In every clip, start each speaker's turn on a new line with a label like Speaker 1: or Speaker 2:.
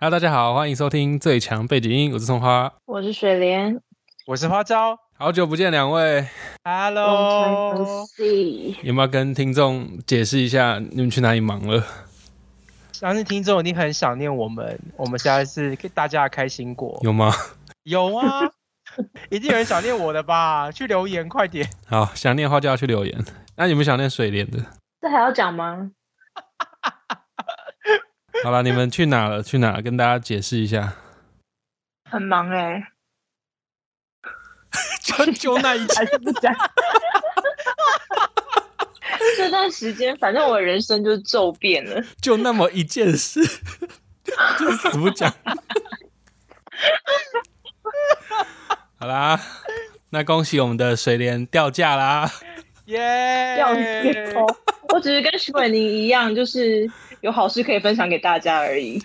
Speaker 1: Hello，大家好，欢迎收听《最强背景音》，我是葱花，
Speaker 2: 我是水莲。
Speaker 3: 我是花椒
Speaker 1: 好久不见，两位
Speaker 2: long time no
Speaker 3: ，Hello，
Speaker 2: see
Speaker 1: 有没有跟听众解释一下你们去哪里忙了？
Speaker 3: 相信听众一定很想念我们，我们现在是大家的开心果，
Speaker 1: 有吗？
Speaker 3: 有啊，一定有人想念我的吧？去留言快点，
Speaker 1: 好，想念的话就要去留言。那你们想念水莲的？
Speaker 2: 这还要讲吗？
Speaker 1: 好了，你们去哪了？去哪了？跟大家解释一下。
Speaker 2: 很忙哎、
Speaker 1: 就就那一
Speaker 2: 还是 不讲。这段时间，反正我人生就骤变了。
Speaker 1: 就那么一件事，就死不 讲。好啦，那恭喜我们的水莲掉价啦！
Speaker 3: 耶、
Speaker 2: 要哦接头，我只是跟徐伟宁一样，就是有好事可以分享给大家而已。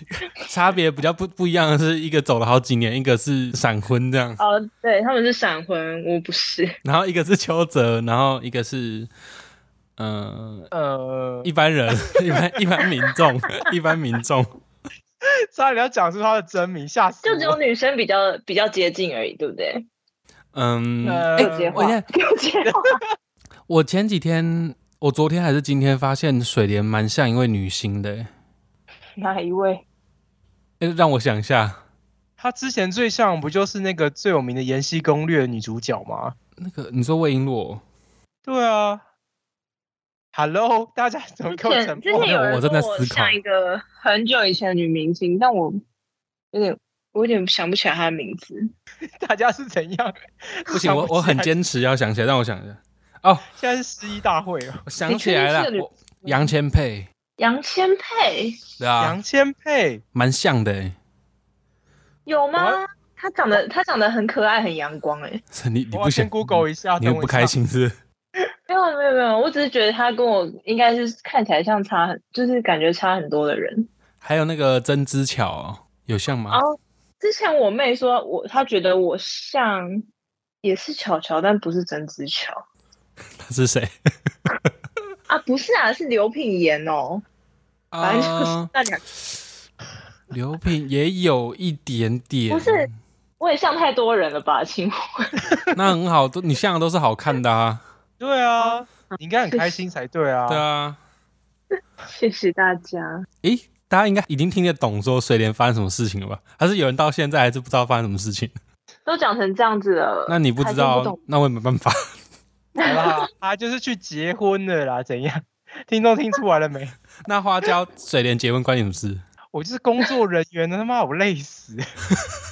Speaker 1: 差别比较不不一样的是，一个走了好几年，一个是闪婚这样，
Speaker 2: 哦，对，他们是闪婚，我不是。
Speaker 1: 然后一个是邱泽，然后一个是呃
Speaker 3: 呃
Speaker 1: 一，般人， 一般一般民众，一般民众。
Speaker 3: 差点要讲出他的真名，吓死
Speaker 2: 就只有
Speaker 3: 我！
Speaker 2: 女生比较比较接近而已，对不对？
Speaker 1: 嗯，
Speaker 3: 呃
Speaker 1: 哎
Speaker 2: 有接
Speaker 1: 我
Speaker 2: 话
Speaker 1: 现，在
Speaker 2: 有接话，
Speaker 1: 我前几天，我昨天还是今天发现水莲蛮像一位女星的、欸
Speaker 2: 哪一位？
Speaker 1: 哎让我想一下。
Speaker 3: 他之前最像不就是那个最有名的《延禧攻略》的女主角吗？
Speaker 1: 那个你说魏璎珞，哦
Speaker 3: 对啊，Hello，大家怎么
Speaker 2: 之
Speaker 3: 给我
Speaker 2: 前
Speaker 3: 沉
Speaker 2: 之
Speaker 3: 默
Speaker 2: 前？有人
Speaker 1: 我正在
Speaker 2: 说我
Speaker 1: 思考
Speaker 2: 像一个很久以前的女明星，但我有点我有点想不起来她的名字。
Speaker 3: 大家是怎样？
Speaker 1: 不行， 我我很坚持要想起来，让我想一下。哦，
Speaker 3: 现在是十一大会了，
Speaker 1: 我想起来
Speaker 2: 你确定
Speaker 1: 了，
Speaker 2: 是女
Speaker 1: 我杨千霈，
Speaker 2: 杨千霈
Speaker 1: 对啊
Speaker 3: 杨，千霈。
Speaker 1: 蛮像的欸。
Speaker 2: 有
Speaker 1: 啊
Speaker 2: 吗？她长得她长得很可爱，很阳光哎、
Speaker 1: 是你你不
Speaker 3: 我要
Speaker 1: 想
Speaker 3: 先 Google 一下，
Speaker 1: 你又
Speaker 3: 等我
Speaker 1: 不
Speaker 3: 一下
Speaker 1: 开。心是不是？
Speaker 2: 没有啊没有没有，我只是觉得她跟我应该是看起来像差很，就是感觉差很多的人。
Speaker 1: 还有那个曾之乔哦有像吗？
Speaker 2: 哦，之前我妹说我，她觉得我像也是巧巧，但不是曾之乔
Speaker 1: 他是谁？
Speaker 2: 啊，不是啊，是刘品言哦，反正就是
Speaker 1: 啊，
Speaker 2: 那两个，
Speaker 1: 刘品也有一点点，
Speaker 2: 不是，我也像太多人了吧？请问，
Speaker 1: 那很好，都你像的都是好看的啊，
Speaker 3: 对啊，你应该很开心才对啊。
Speaker 1: 对啊。
Speaker 2: 谢谢大家。
Speaker 1: 诶，大家应该已经听得懂说水莲发生什么事情了吧？还是有人到现在还是不知道发生什么事情？
Speaker 2: 都讲成这样子了，
Speaker 1: 那你不
Speaker 2: 呃还
Speaker 1: 知
Speaker 2: 听
Speaker 1: 道，
Speaker 2: 懂
Speaker 1: 那我也没 办法。
Speaker 3: 好啦，他就是去结婚了啦，怎样？ 听众听出来了没？
Speaker 1: 那花椒水莲结婚关你什么事？
Speaker 3: 我就是工作人员呢，他妈我累死。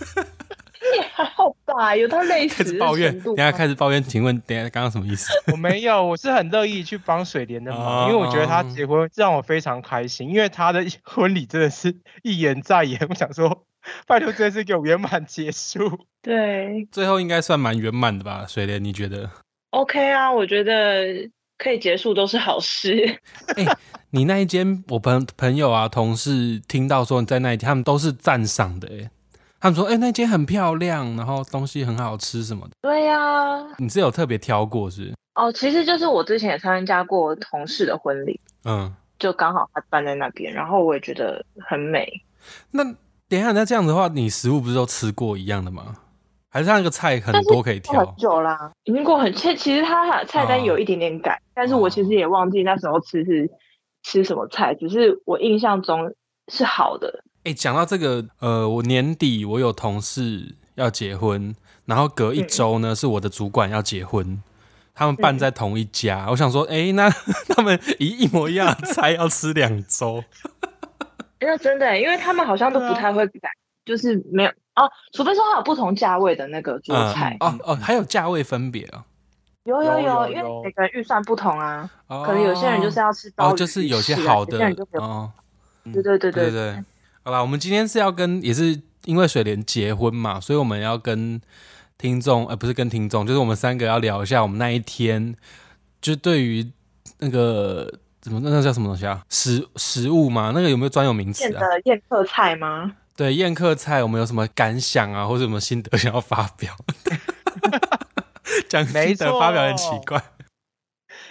Speaker 2: 你还好吧？有到累
Speaker 1: 开
Speaker 2: 死的
Speaker 1: 始抱怨，
Speaker 2: 程
Speaker 1: 等
Speaker 2: 度
Speaker 1: 一下
Speaker 2: 吗
Speaker 1: 开始抱怨，请问等一下刚刚什么意 思？
Speaker 3: 我没有，我是很乐意去帮水莲的忙，
Speaker 1: 哦
Speaker 3: 因为我觉得他结婚让我非常开心，因为他的婚礼真的是一言再言。我想说， 拜托这次给我圆满结束。
Speaker 2: 对
Speaker 1: 最后应该算蛮圆满的吧？水莲，你觉得？
Speaker 2: ，OK 啊，我觉得可以结束都是好事。
Speaker 1: 哎你那一间，我朋朋友啊、同事听到说你在那一间，他们都是赞赏的、欸，他们说，哎、那间很漂亮，然后东西很好吃什么的。
Speaker 2: 对呀、
Speaker 1: 你是有特别挑过是不是？
Speaker 2: 哦，其实就是我之前也参加过同事的婚礼，
Speaker 1: 嗯，
Speaker 2: 就刚好他办在那边，然后我也觉得很美。
Speaker 1: 那等一下，那这样子的话，你食物不是都吃过一样的吗？还是它那个菜很多可以
Speaker 2: 过很
Speaker 1: 挑？啊
Speaker 2: 久啦，已经过很，其其实他菜单有一点点改，但是我其实也忘记那时候吃是吃什么菜，只是我印象中是好的。
Speaker 1: 哎、讲到这个，呃，我年底我有同事要结婚，然后隔一
Speaker 2: 嗯
Speaker 1: 周呢、是我的主管要结婚，他们办在同一家。我想说，哎、那 他们一一模一样的菜要吃两 周，
Speaker 2: 那真的欸、因为他们好像都
Speaker 3: 对
Speaker 2: 不
Speaker 3: 啊
Speaker 2: 太会改，就是没有哦，除非说他有不同价位的那个桌菜。
Speaker 1: 哦哦，还有价位分别哦。
Speaker 2: 有有
Speaker 3: 有有
Speaker 2: 因为
Speaker 3: 有
Speaker 2: 每个人预算不同啊，
Speaker 1: 哦
Speaker 2: 可能有些人就是要吃鲍
Speaker 1: 哦，
Speaker 2: 鱼
Speaker 1: 就是
Speaker 2: 鱼
Speaker 1: 有些
Speaker 2: 翅啊
Speaker 1: 好的
Speaker 2: 些人就没有
Speaker 1: 哦，
Speaker 2: 对对
Speaker 1: 对
Speaker 2: 对
Speaker 1: 对对。好啦，我们今天是要跟也是因为水莲结婚嘛，所以我们要跟听众，呃，不是跟听众，就是我们三个要聊一下我们那一天，就对于那个怎么那那叫什么东西啊？食食物嘛，那个有没有专有名
Speaker 2: 宴
Speaker 1: 词啊？
Speaker 2: 的宴客菜吗？
Speaker 1: 对，宴客菜我们有什么感想啊，或者有什么心得想要发表？ 讲
Speaker 3: 没
Speaker 1: 心得
Speaker 3: 错
Speaker 1: 发表很奇怪。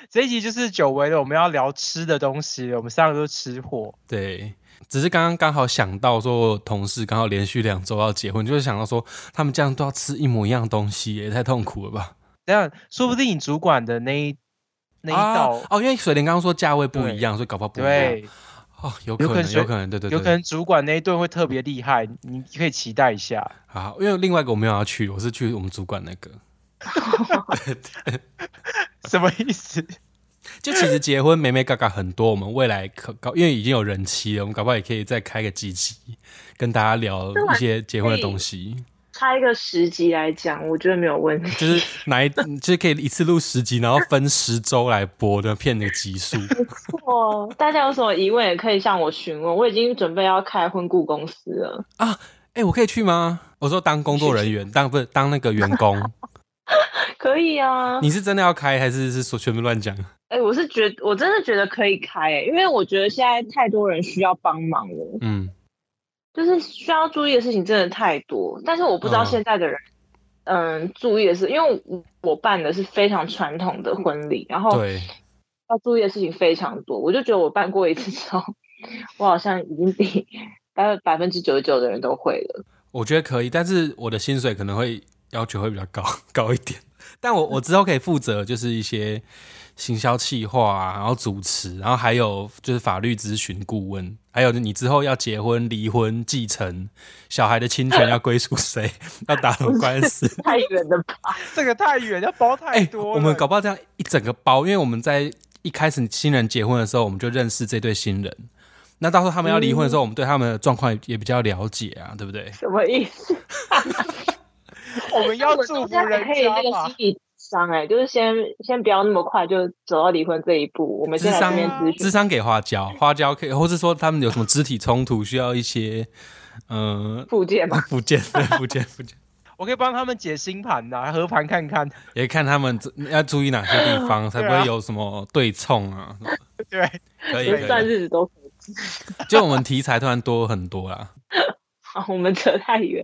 Speaker 3: 这一集就是久违了，我们要聊吃的东西了，我们三个都吃货。
Speaker 1: 对，只是刚刚刚好想到说，我有同事刚好连续两周要结婚，就是想到说他们这样都要吃一模一样的东西耶，也太痛苦了吧？
Speaker 3: 这样说不定你主管的那一那一
Speaker 1: 啊
Speaker 3: 道，
Speaker 1: 哦，因为水莲刚刚说价位不一样，所以搞不好不一样。
Speaker 3: 对，
Speaker 1: 哦，有
Speaker 3: 有可
Speaker 1: 可能，
Speaker 3: 能
Speaker 1: 有可能，对对对，
Speaker 3: 有可能主管那一顿会特别厉害，你可以期待一下。
Speaker 1: 好，因为另外一个我没有要去，我是去我们主管那个。
Speaker 3: 什么意思？
Speaker 1: 就其实结婚美美嘎嘎很多，我们未来可搞，因为已经有人妻了，我们搞不好也可以再开个几集，跟大家聊一些结婚的东西，
Speaker 2: 拆一个十集来讲，我觉得没有问题。
Speaker 1: 就是 哪一 就是可以一次录十集，然后分十周来播的，骗那个集数。
Speaker 2: 哦，大家有什么疑问也可以向我询问，我已经准备要开婚顾公司了。
Speaker 1: 哎、我可以去吗？我说当工作人员，当不是当那个员工，
Speaker 2: 可以啊，
Speaker 1: 你是真的要开还是是说全部乱讲？
Speaker 2: 哎、我是觉我真的觉得可以开、欸，因为我觉得现在太多人需要帮忙了，
Speaker 1: 嗯，
Speaker 2: 就是需要注意的事情真的太多。但是我不知道
Speaker 1: 嗯
Speaker 2: 现在的人，嗯，注意的是，因为我办的是非常传统的婚礼，然后
Speaker 1: 对，
Speaker 2: 要注意的事情非常多。我就觉得我办过一次之后，我好像已经比百百分之九十九的人都会了。
Speaker 1: 我觉得可以，但是我的薪水可能会要求会比较高高一点。但我我之后可以负责就是一些行销企划啊，然后主持，然后还有就是法律咨询顾问，还有你之后要结婚、离婚、继承、小孩的侵权要归属谁， 要打什么官司。
Speaker 2: 太远了吧？
Speaker 3: 这个太远，要包太
Speaker 1: 哎、
Speaker 3: 多了、
Speaker 1: 我们搞不好这样一整个包，因为我们在一开始新人结婚的时候，我们就认识这对新人。那到时候他们要离婚的
Speaker 3: 嗯
Speaker 1: 时候，我们对他们的状况也比较了解啊，对不对？
Speaker 2: 什么意 思？
Speaker 3: 我们要祝
Speaker 2: 我
Speaker 3: 福人
Speaker 2: 可以那
Speaker 3: 家
Speaker 2: 个
Speaker 3: 嘛
Speaker 2: 心。理伤哎、就是先先不要那么快就走到离婚这一步，我们
Speaker 1: 智
Speaker 2: 先来这
Speaker 1: 商
Speaker 2: 边咨询
Speaker 1: 智。商给花椒，花椒可以，或是说他们有什么肢体冲突需要一些，嗯、
Speaker 2: 附件嘛
Speaker 1: 呃，，附 件，对附件，附件，
Speaker 3: 我可以帮他们解星盘呐、合盘看看。
Speaker 1: 也看他们这要注意哪些地方，才不
Speaker 3: 对啊
Speaker 1: 会有什么对冲啊。
Speaker 3: 对，啊
Speaker 1: 可以，
Speaker 2: 连
Speaker 1: 可
Speaker 2: 算
Speaker 1: 以，
Speaker 2: 日子都可以。
Speaker 1: 就我们题材突然多很多啦。
Speaker 2: 啊，我们扯太远。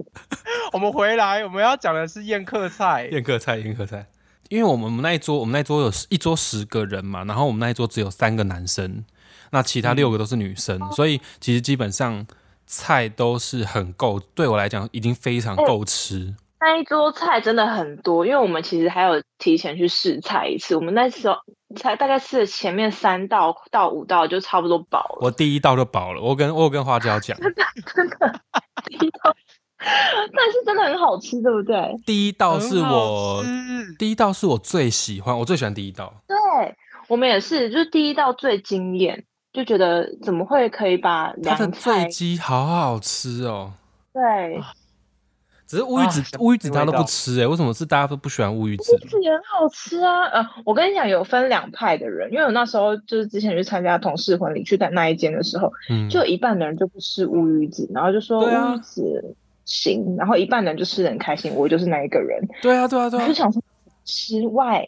Speaker 3: 我们回来，我们要讲的是宴客菜。
Speaker 1: 宴客菜，宴客菜，因为我们我们那一桌，我们那一桌有一桌十个人嘛，然后我们那一桌只有三个男生，那其他六个都是女生，所以其实基本上菜都是很够，对我来讲已经非常够吃。
Speaker 2: 那一桌菜真的很多，因为我们其实还有提前去试菜一次。我们那时候才大概吃了前面三道到五道就差不多饱了。
Speaker 1: 我第一道就饱了，我跟我有跟花椒讲，
Speaker 2: 但是真的很好吃，对不对？
Speaker 1: 第一道是
Speaker 3: 很好
Speaker 1: 我
Speaker 3: 吃
Speaker 1: 第一道是我最喜欢，我最喜欢第一道。
Speaker 2: 对，我们也是，就是第一道最惊艳，就觉得怎么会可以把
Speaker 1: 它的
Speaker 2: 凉
Speaker 1: 醉
Speaker 2: 菜
Speaker 1: 鸡好好吃哦，
Speaker 2: 对，
Speaker 1: 只是乌鱼子、
Speaker 3: 啊
Speaker 1: 乌鱼子大家都不吃哎、为什么是大家都不喜欢乌鱼子？
Speaker 2: 这也很好吃啊！呃，我跟你讲，有分两派的人，因为我那时候就是之前去参加同事婚礼，去的那一间的时候，
Speaker 1: 嗯，
Speaker 2: 就有一半的人就不吃乌鱼子，然后就说
Speaker 1: 对啊
Speaker 2: 乌鱼子行，然后一半的人就吃的很开心，我就是那一个人，
Speaker 1: 对啊对啊对
Speaker 2: 我
Speaker 1: 啊
Speaker 2: 就，想说之外，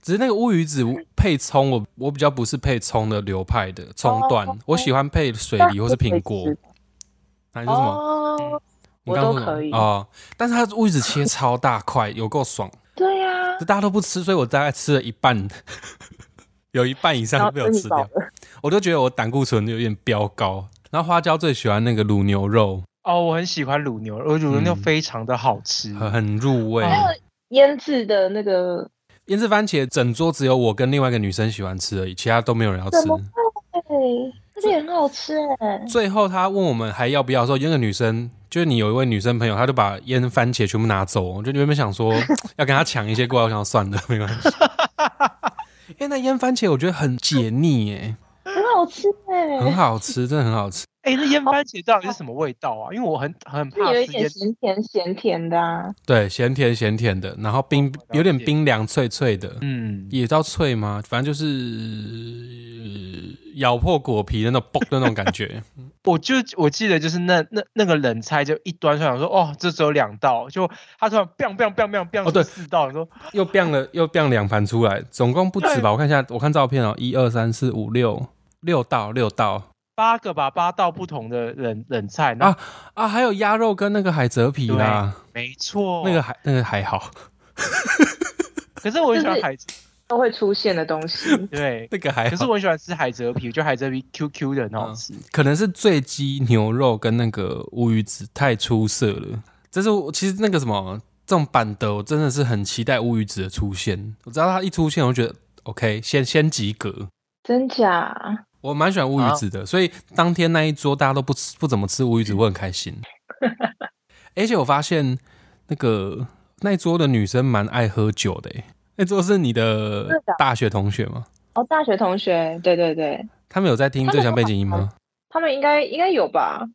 Speaker 1: 只是那个乌鱼子配葱，我我比较不是配葱的流派的葱
Speaker 2: 哦
Speaker 1: 段，我喜欢配水梨或是苹果。那你说什么？
Speaker 2: 哦，
Speaker 1: 你刚刚说
Speaker 2: 我都可以
Speaker 1: 什么哦，但是它乌鱼子切超大块，有够 爽。
Speaker 2: 对啊呀、
Speaker 1: 大家都不吃，所以我大概吃了一半， 有一半以上
Speaker 2: 然
Speaker 1: 都
Speaker 2: 后
Speaker 1: 被我
Speaker 2: 你
Speaker 1: 吃
Speaker 2: 饱
Speaker 1: 掉
Speaker 2: 了。，
Speaker 1: 我都觉得我胆固醇有点飙高。然后花椒最喜欢那个卤牛肉，
Speaker 3: 哦，我很喜欢卤牛肉，我卤牛肉
Speaker 1: 嗯
Speaker 3: 非常的好吃。
Speaker 1: 很很入味。
Speaker 2: 哦腌制的那个，
Speaker 1: 腌制番茄整桌只有我跟另外一个女生喜欢吃而已，其他都没有人要吃。
Speaker 2: 怎么对，那个也很好吃哎，
Speaker 1: 最后他问我们还要不要的时候，那个女生就是你有一位女生朋友，她就把腌番茄全部拿走。 我就原本想说要跟她抢一些过来，我想说算了，没关系。 因为那腌番茄我觉得很解腻耶，
Speaker 2: 很好吃哎，
Speaker 1: 很好吃，真的很好吃。
Speaker 3: 哎、那腌番茄到底是什么味道啊？因为我很很
Speaker 2: 就
Speaker 3: 怕
Speaker 2: 有一
Speaker 3: 吃
Speaker 2: 点
Speaker 3: 腌。
Speaker 2: 咸甜咸甜的啊。
Speaker 1: 对，咸甜咸甜的，然后冰
Speaker 3: 哦
Speaker 1: 有点
Speaker 3: 了解
Speaker 1: 冰凉脆脆的，
Speaker 3: 嗯，
Speaker 1: 也叫脆吗？反正就是呃咬破果皮的那种嘣 的那种感觉。
Speaker 3: 我就我记得就是那那那个冷菜就一端上来，我说哦，这只有两道，就它突然 biang biang biang biang biang
Speaker 1: 哦对
Speaker 3: 四道，我说
Speaker 1: 又变了，又变两盘出来，总共不止吧？我看一下，我看照片哦，一二三四五六六道六道
Speaker 3: 八个吧，八道不同的冷冷菜
Speaker 1: 啊啊，还有鸭肉跟那个海蜇皮啦，
Speaker 3: 没错，
Speaker 1: 那个还那个还好，
Speaker 3: 可是我很喜欢
Speaker 2: 就是
Speaker 3: 海蜇，
Speaker 2: 都会出现的东 西。
Speaker 3: 对，
Speaker 1: 那个还
Speaker 3: 可是
Speaker 1: 好，
Speaker 3: 我很喜欢吃海蜇皮，我觉得海蜇皮 Q Q 的很好
Speaker 1: 嗯
Speaker 3: 吃。
Speaker 1: 可能是醉鸡牛肉跟那个乌鱼子太出色了。这是我其实那个什么这种板的，我真的是很期待乌鱼子的出现。我知道它一出现，我就觉得 OK，先先及格。
Speaker 2: 真假？
Speaker 1: 我蛮喜欢乌鱼子的，所以当天那一桌大家都不吃不怎么吃乌鱼子，我很开 心。而且我发现那个那一桌的女生蛮爱喝酒的、欸，那桌是你的
Speaker 2: 是的
Speaker 1: 大学同学吗？
Speaker 2: 哦，大学同学，对对对，
Speaker 1: 他们有在听《
Speaker 2: 他们
Speaker 1: 最强背景音》吗？
Speaker 2: 他们应该应该有吧？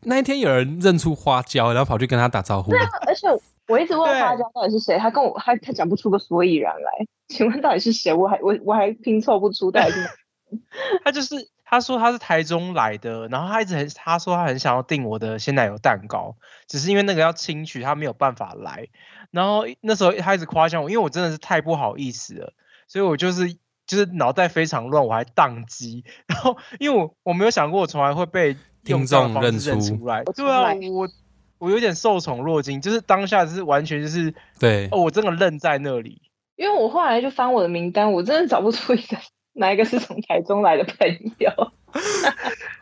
Speaker 1: 那一天有人认出花椒，然后跑去跟他打招呼。
Speaker 2: 而且我一直问
Speaker 3: 对
Speaker 2: 花椒到底是谁，他跟我还他讲不出个所以然来。 请问到底是谁？我还我我还拼凑不出到底 是哪。
Speaker 3: 他就是他说他是台中来的，然后他一直很他说他很想要订我的鲜奶油蛋糕，只是因为那个要清取，他没有办法来。然后那时候他一直夸奖我，因为我真的是太不好意思了，所以我就是就是脑袋非常乱，我还宕机。然后因为我我没有想过我从来会被用
Speaker 1: 听
Speaker 3: 这样
Speaker 1: 众
Speaker 3: 的方
Speaker 1: 认
Speaker 3: 式认
Speaker 1: 出
Speaker 3: 出来，对
Speaker 2: 从
Speaker 3: 啊
Speaker 2: 来，
Speaker 3: 我我有点受宠若惊，就是当下就是完全就是
Speaker 1: 对，
Speaker 3: 哦，我真的愣在那里。
Speaker 2: 因为我后来就翻我的名单，我真的找不出一个哪一个是从台中来的朋友。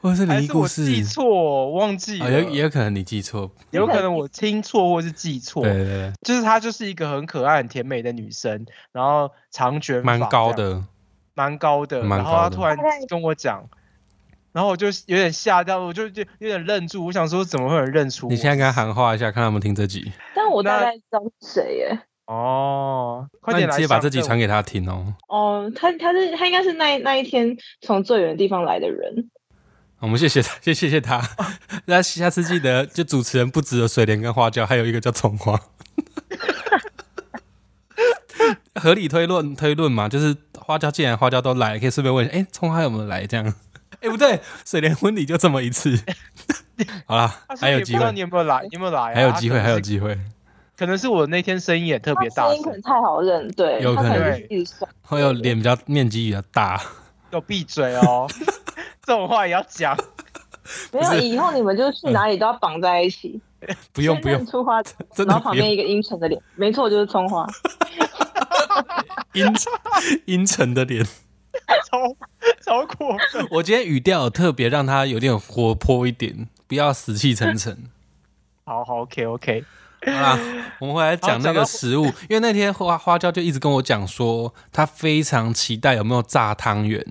Speaker 1: 或者是
Speaker 3: 还
Speaker 1: 灵异
Speaker 3: 是
Speaker 1: 故
Speaker 3: 我
Speaker 1: 事，
Speaker 3: 记错，我忘记
Speaker 1: 啊
Speaker 3: 了，
Speaker 1: 也也有可能你记错。
Speaker 3: 有可能我听错或是记错。
Speaker 1: 对对对，
Speaker 3: 就是她就是一个很可爱、很甜美的女生，然后长卷发
Speaker 1: 蛮高
Speaker 3: 这样，
Speaker 1: 的，
Speaker 3: 蛮高的。
Speaker 1: 蛮
Speaker 3: 然后
Speaker 1: 高
Speaker 3: 她
Speaker 1: 的
Speaker 3: 突然
Speaker 2: 大概
Speaker 3: 跟我讲，然后我就有点吓到，我就就有点愣住，我想说怎么会有人认出我？
Speaker 1: 你现在跟他喊话一下，看他们听这集。
Speaker 2: 但我大
Speaker 3: 那
Speaker 2: 概知道是谁耶。
Speaker 3: 哦，快
Speaker 1: 那你
Speaker 3: 点
Speaker 1: 直
Speaker 3: 来
Speaker 1: 接把
Speaker 3: 上
Speaker 1: 这集
Speaker 3: 阵
Speaker 1: 传给他听哦。
Speaker 2: 哦，他他是他应该是那一那一天从最远的地方来的人。
Speaker 1: 我们谢谢 他，谢谢谢他。
Speaker 3: 哦
Speaker 1: 那下次记得，就主持人不只有水莲跟花椒，还有一个叫葱花。 合理推论推论嘛，就是花椒既然花椒都来，可以顺便问一下，哎、葱花有没有来？这样， 哎、不对，水莲婚礼就这么一次。 好啦
Speaker 3: 她，说
Speaker 1: 还有
Speaker 3: 也不
Speaker 1: 机
Speaker 3: 知道
Speaker 1: 会
Speaker 3: 你，有没有来？你有没有来啊？
Speaker 1: 还有机会，
Speaker 3: 她可能
Speaker 1: 还有
Speaker 3: 是
Speaker 1: 机会，
Speaker 3: 可能是我那天声音也特
Speaker 2: 他
Speaker 3: 别大
Speaker 2: 声音可
Speaker 3: 声
Speaker 2: 能，太好认，对，
Speaker 1: 有
Speaker 2: 他
Speaker 1: 可能
Speaker 2: 能一直算
Speaker 1: 会有脸比较面积比较大。
Speaker 3: 给我闭嘴哦， 这种话也要讲。
Speaker 2: 没
Speaker 1: 不
Speaker 2: 有，
Speaker 1: 是
Speaker 2: 以后你们就去哪里都要绑在一起，
Speaker 1: 不用
Speaker 2: 先
Speaker 1: 不用
Speaker 2: 认，出花，
Speaker 1: 真
Speaker 2: 然
Speaker 1: 的
Speaker 2: 后旁
Speaker 1: 不用
Speaker 2: 边一个阴沉的脸，没错，就是 葱花。
Speaker 1: 阴沉阴沉的脸。
Speaker 3: 超超过分。
Speaker 1: 我今天语调有特别让他有点活泼一点，不要死气沉沉。
Speaker 3: 好好，OK OK，
Speaker 1: 好啦，我们回来讲那个食物，因为那天花花椒就一直跟我讲说，他非常期待有没有炸汤圆。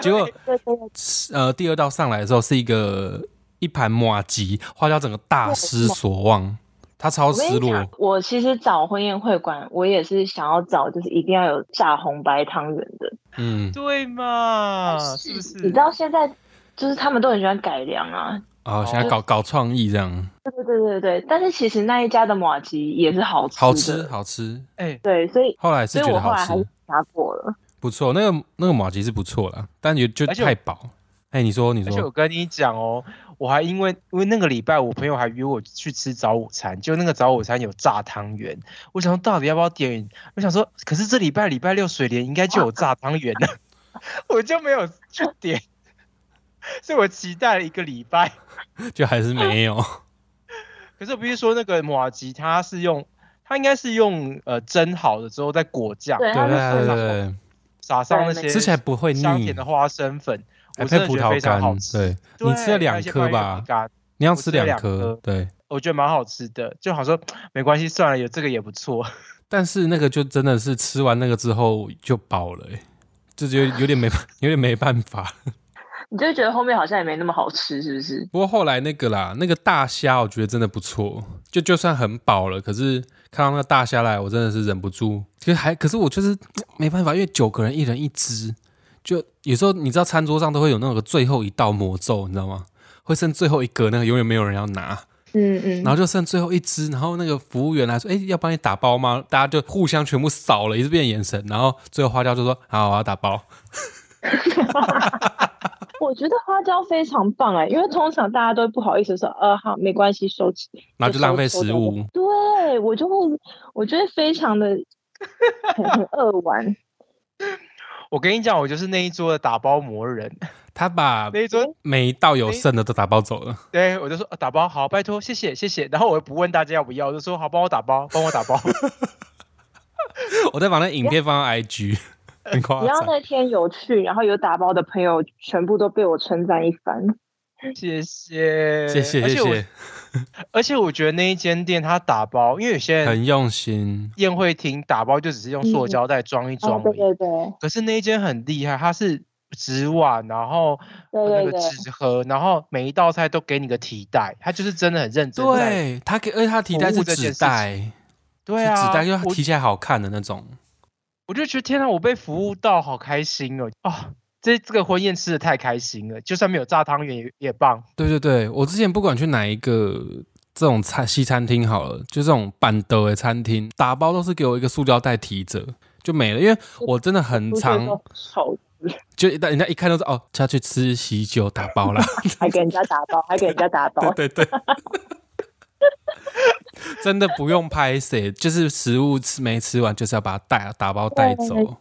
Speaker 1: 结果
Speaker 2: 对对对，
Speaker 1: 呃，第二道上来的时候是一个一盘麻吉，花椒整个大失所望，他超
Speaker 2: 我跟
Speaker 1: 失
Speaker 2: 你
Speaker 1: 落
Speaker 2: 讲，。我其实找婚宴会馆，我也是想要找，就是一定要有炸红白汤圆的。
Speaker 1: 嗯
Speaker 3: 对嘛？是不
Speaker 2: 你
Speaker 3: 是
Speaker 2: 知？道现在就是他们都很喜欢改良啊，
Speaker 1: 哦，想要搞搞创意这样，
Speaker 2: 对对对对对。但是其实那一家的马吉也是好吃的，
Speaker 1: 好吃好吃。
Speaker 3: 哎，
Speaker 2: 对，所以
Speaker 1: 后来是
Speaker 2: 所以
Speaker 1: 觉
Speaker 2: 我
Speaker 1: 得
Speaker 2: 后
Speaker 1: 好
Speaker 2: 来还
Speaker 1: 吃
Speaker 2: 是，拿过了。
Speaker 1: 不错。那个那个马吉是不错啦，但也就
Speaker 3: 而且我
Speaker 1: 太饱。哎，你说你
Speaker 3: 而且我
Speaker 1: 说，
Speaker 3: 跟你讲哦，我还因为因为那个礼拜我朋友还约我去吃早午餐，就那个早午餐有炸汤圆，我想说到底要不要点？我想说，可是这礼拜礼拜六水莲应该就有炸汤圆了， 我就没有去点， 所以我期待了一个礼拜。
Speaker 1: 就还是没 有。
Speaker 3: 可是我必须说，那个马吉它是用，它应该是用呃蒸好了之后再裹酱，
Speaker 2: 对
Speaker 1: 对
Speaker 2: 他
Speaker 1: 对
Speaker 2: 是
Speaker 1: 对
Speaker 2: 说
Speaker 1: 对对
Speaker 3: 撒上那
Speaker 2: 对
Speaker 3: 些
Speaker 1: 对，吃起来不会腻。
Speaker 3: 香甜的花生粉，
Speaker 1: 还
Speaker 3: 我
Speaker 1: 配
Speaker 3: 真的
Speaker 1: 葡
Speaker 3: 觉得
Speaker 1: 萄
Speaker 3: 非常
Speaker 1: 干
Speaker 3: 好，吃。
Speaker 1: 对，
Speaker 3: 对，
Speaker 1: 你吃了两
Speaker 3: 还有一些
Speaker 1: 颗
Speaker 3: 蔓越
Speaker 1: 吧
Speaker 3: 莓？干
Speaker 1: 你要
Speaker 3: 我
Speaker 1: 吃
Speaker 3: 吃了
Speaker 1: 两
Speaker 3: 两
Speaker 1: 颗
Speaker 3: 颗，
Speaker 1: 对，
Speaker 3: 我觉得蛮好吃的，就好说没关系，算了，有这个也不错。
Speaker 1: 但是那个就真的是吃完那个之后就饱了、欸，这就有点没有点没办法。
Speaker 2: 你就会觉得后面好像也没那么好吃，是不是？
Speaker 1: 不过后来那个啦，那个大虾我觉得真的不错，就就算很饱了，可是看到那个大虾来，我真的是忍不住。其实还可是我就是没办法，因为九个人一人一只，就有时候你知道餐桌上都会有那个最后一道魔咒，你知道吗？会剩最后一个，那个永远没有人要拿。
Speaker 2: 嗯嗯
Speaker 1: 然后就剩最后一只，然后那个服务员来说：“哎、要帮你打包吗？”大家就互相全部扫了一遍眼神，然后最后花椒就说：“好，我要打包。
Speaker 2: 我觉得花椒非常棒哎、因为通常大家都会不好意思说，呃，好，没关系，收起，”
Speaker 1: 然后就
Speaker 2: 收
Speaker 1: 浪费
Speaker 2: 收
Speaker 1: 食
Speaker 2: 掉
Speaker 1: 物。
Speaker 2: 对我就会，我就会非常的 很很扼腕。
Speaker 3: 我跟你讲，我就是那一桌的打包魔人，
Speaker 1: 他把
Speaker 3: 那一桌
Speaker 1: 每一道有剩的都打包走了。
Speaker 3: 对我就说、呃打包好，拜托，谢 谢谢谢。然后我又不问大家要不要，我就说好，帮我打包，帮我打包。
Speaker 1: 我再把那影片放到 IG，很夸
Speaker 2: 只要
Speaker 1: 张。
Speaker 2: 那天有去，然后有打包的朋友，全部都被我称赞一番。
Speaker 3: 谢谢，
Speaker 1: 谢谢
Speaker 3: 而
Speaker 1: 谢
Speaker 3: 且我
Speaker 1: 谢，
Speaker 3: 而且我觉得那一间店它打包，因为有些人
Speaker 1: 很嗯用心。
Speaker 3: 宴会厅打包就只是用塑胶袋装一
Speaker 2: 哦
Speaker 3: 装，
Speaker 2: 对
Speaker 3: 而已。
Speaker 2: 对对
Speaker 3: 可是那一间很厉害，它是纸碗，然后
Speaker 2: 对
Speaker 3: 那
Speaker 2: 对
Speaker 3: 个
Speaker 2: 对
Speaker 3: 纸盒，然后每一道菜都给你个提袋，它就是真的很认真在。
Speaker 1: 对他给，而且他提
Speaker 3: 服
Speaker 1: 袋
Speaker 3: 务
Speaker 1: 是
Speaker 3: 这件
Speaker 1: 纸
Speaker 3: 事情
Speaker 1: 袋，
Speaker 3: 对
Speaker 1: 是
Speaker 3: 啊，
Speaker 1: 纸袋就是它
Speaker 3: 我
Speaker 1: 提起来好看的那种。
Speaker 3: 我就觉得天啊，我被服务到好开心哦！啊，这这个婚宴吃的太开心了，就算没有炸汤圆也也棒。
Speaker 1: 对对对，我之前不管去哪一个这种餐西餐厅好了，就这种板德的餐厅，打包都是给我一个塑胶袋提着就没了，因为我真的很
Speaker 2: 出去
Speaker 1: 常
Speaker 2: 都丑，
Speaker 1: 就一旦人家一看都是哦，他去吃喜酒打包啦，
Speaker 2: 还给人家打包，还给人家打包。
Speaker 1: 对对。 真的不用拍谁，就是食物吃没吃完，就是要把它带打包带走。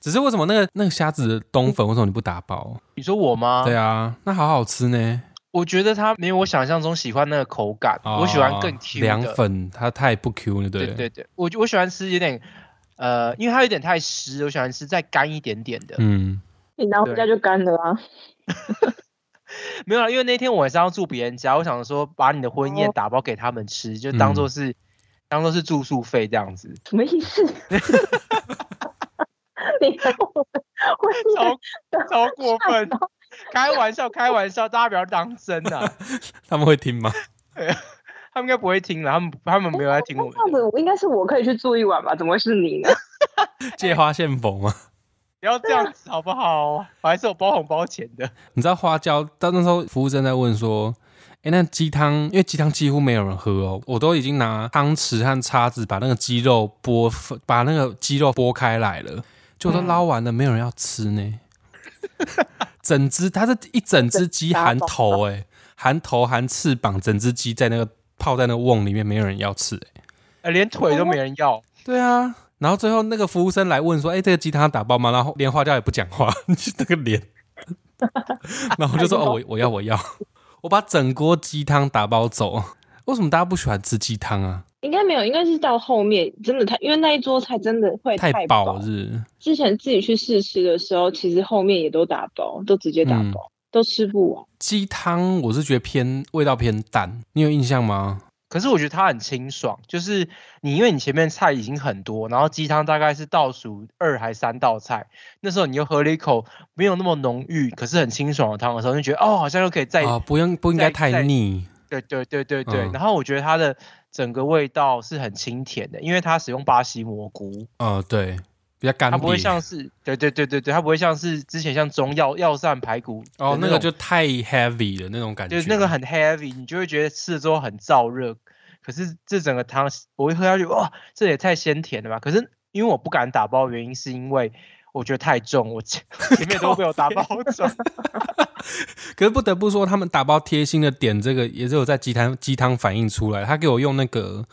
Speaker 1: 只是为什么那个那个虾子的冬粉，为什么你不打包？
Speaker 3: 你说我吗？
Speaker 1: 对啊，那好好吃呢。
Speaker 3: 我觉得它没有我想象中喜欢那个口感，
Speaker 1: 哦
Speaker 3: 我喜欢更 Q 的。
Speaker 1: 凉粉，它太不 Q 了，对
Speaker 3: 对
Speaker 1: 不
Speaker 3: 对对，我我喜欢吃有点，呃，因为它有点太湿，我喜欢吃再干一点点的。
Speaker 1: 嗯。
Speaker 2: 你拿回家就干了啊！
Speaker 3: 没有啦，因为那天晚上要住别人家，我想说把你的婚宴
Speaker 2: 哦
Speaker 3: 打包给他们吃，就当做是、当做是住宿费这样子。
Speaker 2: 什么意思？ 你看我们婚
Speaker 3: 超
Speaker 2: 宴
Speaker 3: 超过分
Speaker 2: 吓到，
Speaker 3: 开玩笑，开玩笑，大家不要当真啊！
Speaker 1: 他们会听吗？
Speaker 3: 他们应该不会听了，他们他们没有在听我
Speaker 2: 那
Speaker 3: 们
Speaker 2: 这样
Speaker 3: 的。
Speaker 2: 子，哎我应该是我可以去住一晚吧？怎么会是你呢？
Speaker 1: 借花献佛吗？
Speaker 3: 不要这样子好不好？我还是有包红包钱的。
Speaker 1: 你知道花椒？到那时候服务生在问说：“哎、那鸡汤，因为鸡汤几乎没有人喝哦，我都已经拿汤匙和叉子把那个鸡肉剥，把那个鸡肉剥开来了，就都捞完了，没有人要吃呢。整只，它是一整只鸡含头、哎，含头含翅膀，整只鸡在那个泡在那个瓮里面，没有人要吃、哎，
Speaker 3: 呃连腿都没人要，
Speaker 1: 对啊。然后最后那个服务生来问说：“哎、这个鸡汤要打包吗？”然后连花椒也不讲话， 那个脸。然后我就说：“哦，我我要我要，我把整锅鸡汤打包走。”为什么大家不喜欢吃鸡汤啊？
Speaker 2: 应该没有，应该是到后面真的太，因为那一桌菜真的会
Speaker 1: 太
Speaker 2: 饱
Speaker 1: 饱
Speaker 2: 了。
Speaker 1: 日，
Speaker 2: 之前自己去试吃的时候，其实后面也都打包，都直接打
Speaker 1: 嗯
Speaker 2: 包，都吃不完。
Speaker 1: 鸡汤我是觉得偏味道偏淡，你有印象吗？
Speaker 3: 可是我觉得它很清爽，就是你因为你前面菜已经很多，然后鸡汤大概是倒数二还三道菜，那时候你又喝了一口没有那么浓郁，可是很清爽的汤的时候，你就觉得哦，好像又可以再、
Speaker 1: 啊、不用不应该
Speaker 3: 在
Speaker 1: 太
Speaker 3: 在
Speaker 1: 腻，
Speaker 3: 对对对对对。
Speaker 1: 嗯
Speaker 3: 然后我觉得它的整个味道是很清甜的，因为它使用巴西蘑菇，
Speaker 1: 呃，对，比较干
Speaker 3: 它
Speaker 1: 瘪。
Speaker 3: 不会像是对对对对对，它不会像是之前像中药药膳排骨的
Speaker 1: 哦，那个
Speaker 3: 种
Speaker 1: 就太 heavy 了那种感觉，
Speaker 3: 就是那个很 heavy，你就会觉得吃了之后很燥热。可是这整个汤我一喝下去，哇，这也太鲜甜了吧！可是因为我不敢打包，原因是因为我觉得太重，我 前前面都被我打包走。
Speaker 1: 可是不得不说，他们打包贴心的点，这个也是有在鸡汤鸡汤反映出来。他给我用那个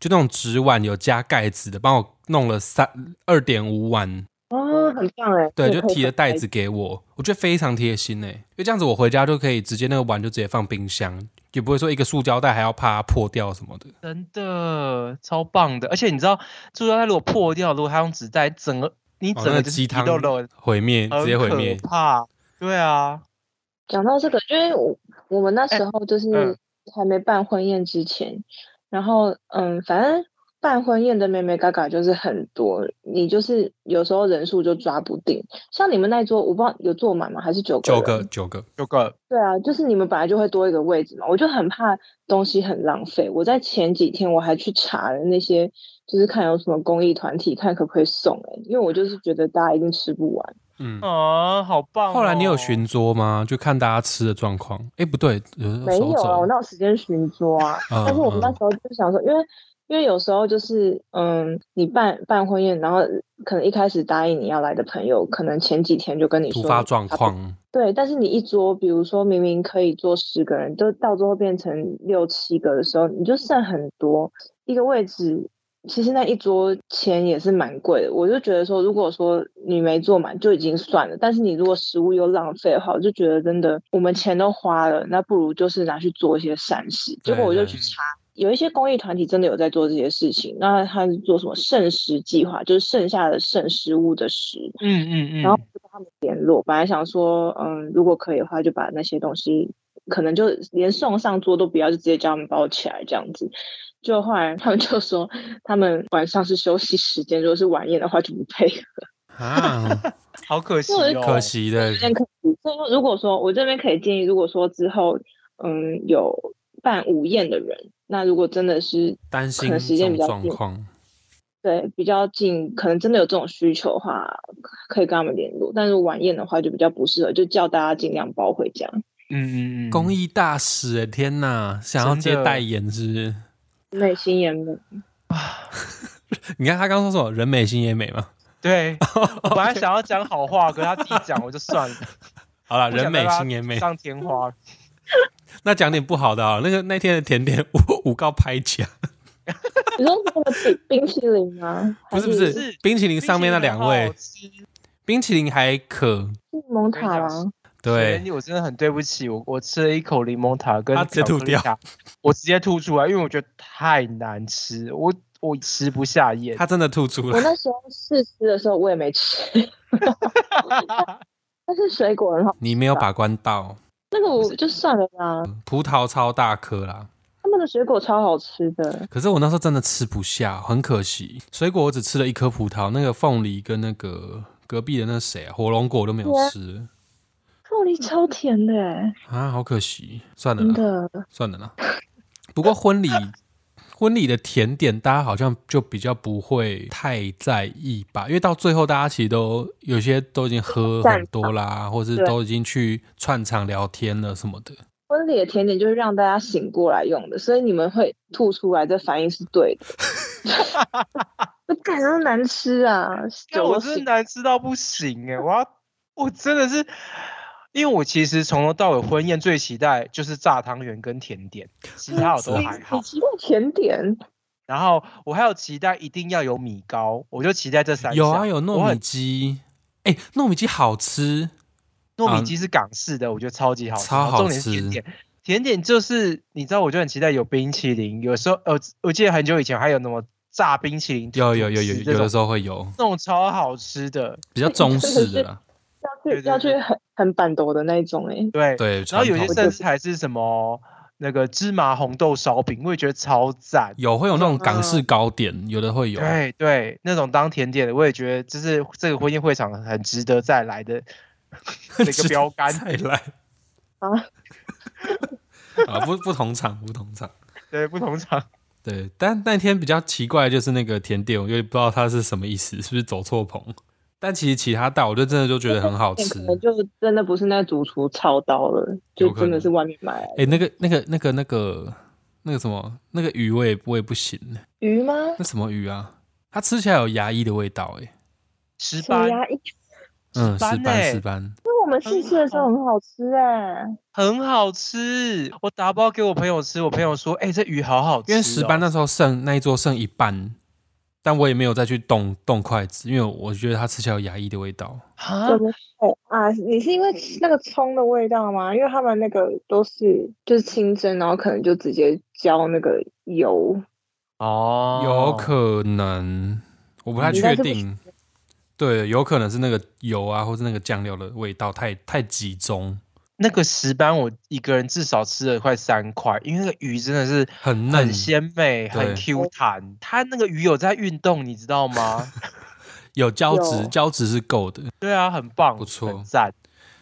Speaker 1: 就那种纸碗有加盖子的，帮我弄了三二点五碗，
Speaker 2: 哦，很棒哎！
Speaker 1: 嗯对，
Speaker 2: 这
Speaker 1: 就
Speaker 2: 个可以
Speaker 1: 提了
Speaker 2: 分
Speaker 1: 袋
Speaker 2: 开
Speaker 1: 子给我，我觉得非常贴心诶、因为这样子我回家就可以直接那个碗就直接放冰箱，也不会说一个塑胶袋还要怕它破掉什么的。
Speaker 3: 真的超棒的，而且你知道，塑料袋如果破掉，如果它用纸袋，整个你
Speaker 1: 哦
Speaker 3: 整
Speaker 1: 那
Speaker 3: 个
Speaker 1: 个
Speaker 3: 就是
Speaker 1: 鸡
Speaker 3: 皮
Speaker 1: 汤
Speaker 3: 肉肉，
Speaker 1: 毁灭，直
Speaker 3: 很
Speaker 1: 接毁
Speaker 3: 可
Speaker 1: 灭。
Speaker 3: 怕。对啊，
Speaker 2: 讲到这个，因为我我们
Speaker 1: 哎
Speaker 2: 那时候就
Speaker 3: 嗯
Speaker 2: 是还没办婚宴之前，然后嗯，反正办婚宴的妹妹嘎嘎就是很多，你就是有时候人数就抓不定。像你们那一桌，我不知道有坐满吗？还是九个？
Speaker 1: 九个。九个，
Speaker 3: 有个
Speaker 2: 对啊，就是你们本来就会多一个位置嘛，我就很怕东西很浪费。我在前几天我还去查了那些，就是看有什么公益团体，看可不可以送、欸，因为我就是觉得大家一定吃不完。
Speaker 1: 嗯。
Speaker 3: 啊，好棒、哦！
Speaker 1: 后来你有巡桌吗？就看大家吃的状况。哎，不对，有
Speaker 2: 没
Speaker 1: 手
Speaker 2: 有啊，
Speaker 1: 肘
Speaker 2: 我哪有时间巡桌啊？
Speaker 1: 嗯
Speaker 2: 但是我们那
Speaker 1: 嗯
Speaker 2: 时候就想说，因为因为有时候就是，嗯，你办办婚宴，然后可能一开始答应你要来的朋友，可能前几天就跟你说
Speaker 1: 突发
Speaker 2: 你
Speaker 1: 状
Speaker 2: 他不，
Speaker 1: 况，
Speaker 2: 对，但是你一桌，比如说明明可以坐十个人，就到最后变成六七个的时候，你就剩很多一个位置。其实那一桌钱也是蛮贵的，我就觉得说，如果说你没坐满就已经算了，但是你如果食物又浪费的话，我就觉得真的我们钱都花了，那不如就是拿去做一些善事。结
Speaker 1: 对
Speaker 2: 果我就
Speaker 1: 对
Speaker 2: 去查有一些公益团体真的有在做这些事情。那他是做什么剩食计划，就是剩下的剩食物的食，
Speaker 3: 嗯嗯嗯，
Speaker 2: 然后就跟他们联络。本来想说，嗯，如果可以的话，就把那些东西可能就连送上桌都不要，就直接叫他们包起来这样子。就后来他们就说，他们晚上是休息时间，如果是晚宴的话就不配 合，
Speaker 4: 啊，
Speaker 3: 好可惜
Speaker 2: 我就
Speaker 3: 哦，
Speaker 1: 可惜的
Speaker 2: 有，点可惜。所以说如果说我这边可以建议，如果说之后嗯有办午宴的人，那如果真的是
Speaker 1: 担心
Speaker 2: 可能时
Speaker 1: 这
Speaker 2: 间
Speaker 1: 种
Speaker 2: 比较
Speaker 1: 状
Speaker 2: 近
Speaker 1: 况。
Speaker 2: 对比较近，可能真的有这种需求的话，可以跟他们联络。但是晚宴的话就比较不适合，就叫大家尽量包回家。
Speaker 3: 嗯嗯嗯，
Speaker 1: 公益大使、欸，天哪！想要
Speaker 3: 真
Speaker 1: 接
Speaker 3: 的
Speaker 1: 代言是不是？
Speaker 2: 内心也美，
Speaker 1: 你看他刚说什么？人美心也美嘛。
Speaker 3: 对，我本来想要讲好话，可是他自己讲我就算了，
Speaker 1: 好了，
Speaker 3: 不想
Speaker 1: 人美
Speaker 3: 让他
Speaker 1: 心也美。
Speaker 3: 上天花。
Speaker 1: 那讲点不好的啊，那个那天的甜点五五告拍奖，
Speaker 2: 你说那个冰冰淇淋吗？
Speaker 1: 不是不
Speaker 2: 还
Speaker 1: 是
Speaker 2: 是
Speaker 3: 是
Speaker 1: 冰淇淋上面那两位，
Speaker 3: 冰淇淋
Speaker 1: 冰淇淋还可，
Speaker 2: 是蒙塔
Speaker 3: 我跟
Speaker 2: 吗？
Speaker 3: 很好
Speaker 1: 对
Speaker 3: 吃，我真的很对不起我，我吃了一口柠檬塔跟
Speaker 1: 他直接吐掉
Speaker 3: 巧克力塔，我直接吐出来，因为我觉得太难吃，我我吃不下咽。
Speaker 1: 他真的吐出
Speaker 2: 我
Speaker 1: 来。
Speaker 2: 那时候试吃的时候我也没吃，但是水果很好，
Speaker 1: 你没有把关到，
Speaker 2: 那个我就算了啦。
Speaker 1: 葡萄超大颗啦。
Speaker 2: 他们的水果超好吃的，
Speaker 1: 可是我那时候真的吃不下，很可惜。水果我只吃了一颗葡萄，那个凤梨跟那个隔壁的那谁、啊、火龙果我都没有吃
Speaker 2: 凤梨超甜的欸，
Speaker 1: 啊，好可惜。算了
Speaker 2: 真
Speaker 1: 啦，
Speaker 2: 的。
Speaker 1: 算了啦。不过婚礼婚礼的甜点，大家好像就比较不会太在意吧，因为到最后大家其实都有些都已经喝很多啦，或是
Speaker 2: 对
Speaker 1: 都已经去串场聊天了什么的。
Speaker 2: 婚礼的甜点就是让大家醒过来用的，所以你们会吐出来，这反应是对 的。那感觉难吃啊，
Speaker 3: 但
Speaker 2: 酒
Speaker 3: 我
Speaker 2: 都
Speaker 3: 真的
Speaker 2: 醒。
Speaker 3: 难吃到不行哎、我要我真的是，因为我其实从头到尾婚宴最期待就是炸汤圆跟甜点，其他我都还
Speaker 2: 你
Speaker 3: 好。
Speaker 2: 期待甜点？
Speaker 3: 然后我还有期待一定要有米糕，我就期待这三
Speaker 1: 有啊，
Speaker 3: 项
Speaker 1: 有
Speaker 3: 我
Speaker 1: 糯米
Speaker 3: 很
Speaker 1: 鸡，哎、糯米鸡好吃。
Speaker 3: 糯米
Speaker 1: 嗯
Speaker 3: 鸡是港式的，我觉得超级好吃，
Speaker 1: 超
Speaker 3: 然后重
Speaker 1: 好
Speaker 3: 点
Speaker 1: 吃
Speaker 3: 是甜点。甜点就是你知道，我就很期待有冰淇淋，有时候呃，我记得很久以前还有那么炸冰淇淋吐
Speaker 1: 有
Speaker 3: 司这种，
Speaker 1: 有有有有的时候会有
Speaker 3: 那种超好吃的，
Speaker 1: 比较中式的 啦，
Speaker 2: 要去
Speaker 3: 对对
Speaker 2: 要去
Speaker 3: 对
Speaker 2: 很很板头的那一种哎、
Speaker 3: 对。
Speaker 1: 对。
Speaker 3: 然后有
Speaker 1: 传
Speaker 3: 些
Speaker 1: 统
Speaker 3: 甚至还是什么那个芝麻红豆烧饼，我也觉得超赞。
Speaker 1: 有会有那种港式糕点，有的会有。
Speaker 3: 嗯对对，那种当甜点的，我也觉得就是这个婚宴会场很值得再来的那个标杆。
Speaker 1: 再来
Speaker 2: 啊，
Speaker 1: 啊，不不同场不同场。
Speaker 3: 对，不同场。
Speaker 1: 对，但那天比较奇怪的就是那个甜点，我有点不知道它是什么意思，是不是走错棚？但其实其他道我就真的就觉得很好吃
Speaker 2: 可。能就真的不是那主厨操刀了，
Speaker 1: 有
Speaker 2: 就
Speaker 1: 可能
Speaker 2: 真的是外面买来的
Speaker 1: 哎、那个那个那个那个那个什么那个鱼我也我也不行，
Speaker 2: 鱼吗？
Speaker 1: 那什么鱼啊？它吃起来有牙医的味道、欸，哎，
Speaker 3: 石
Speaker 2: 什么
Speaker 3: 斑
Speaker 2: 呀？因
Speaker 1: 嗯，
Speaker 3: 斑
Speaker 1: 石斑
Speaker 3: 欸
Speaker 1: 石斑，
Speaker 2: 为我们试吃的时
Speaker 3: 嗯
Speaker 2: 候很好吃哎、
Speaker 3: 很好吃，我打包给我朋友吃，我朋友说：“哎、这鱼好好吃、
Speaker 1: 因
Speaker 3: 哦。”
Speaker 1: 为石斑那时候剩那一桌剩一半，但我也没有再去动动筷子，因为我觉得它吃起来有牙医的味道。
Speaker 3: 啊
Speaker 2: 怎，么会啊？你是因为那个葱的味道吗？因为他们那个都是就是清蒸，然后可能就直接浇那个油。
Speaker 3: 哦，
Speaker 1: 有可能，我不太
Speaker 2: 应
Speaker 1: 确
Speaker 2: 该是不
Speaker 1: 定。对，有可能是那个油啊，或是那个酱料的味道太太集中，
Speaker 3: 那个石斑，我一个人至少吃了快三块，因为那个鱼真的是
Speaker 1: 很嫩
Speaker 3: 很，鲜美，
Speaker 1: 对
Speaker 3: 很 Q 弹。它那个鱼有在运动，你知 道吗？
Speaker 1: 有胶质，
Speaker 2: 有
Speaker 1: 胶质是够的。
Speaker 3: 对啊，很棒，
Speaker 1: 不错
Speaker 3: 很赞。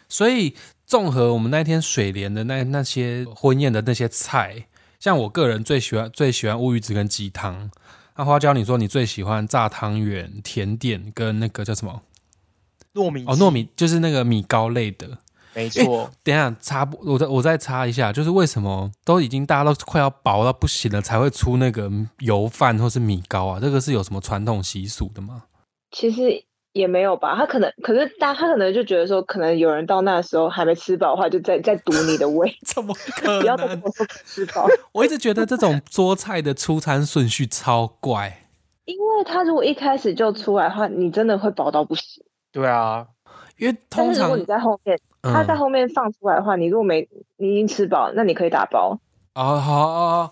Speaker 1: 所以综合我们那天水莲的那那些婚宴的那些菜，像我个人最喜欢最喜欢乌鱼子跟鸡汤。那花椒，你说你最喜欢炸汤圆、甜点跟那个叫什么？
Speaker 3: 糯米
Speaker 1: 哦，
Speaker 3: 鸡
Speaker 1: 糯，米，就是那个米糕类的。
Speaker 3: 没错，
Speaker 1: 等一下插不，我再我再插一下，就是为什么都已经大家都快要饱到不行了，才会出那个油饭或是米糕啊？这个是有什么传统习俗的 吗？，
Speaker 2: 其实也没有吧，他可能可是大他可能就觉得说，可能有人到那时候还没吃饱的话，就在在堵你的 胃
Speaker 1: 怎么可
Speaker 2: 不要再跟我说吃饱。
Speaker 1: 我一直觉得这种桌菜的出餐顺序超怪，
Speaker 2: 因为他如果一开始就出来的话，你真的会饱到不行。
Speaker 3: 对啊，
Speaker 1: 因为
Speaker 2: 但
Speaker 1: 通
Speaker 2: 是如果
Speaker 1: 常
Speaker 2: 你在后面，他在
Speaker 1: 嗯
Speaker 2: 后面放出来的话，你如果没你已经吃饱，那你可以打包。
Speaker 1: 哦好哦，哦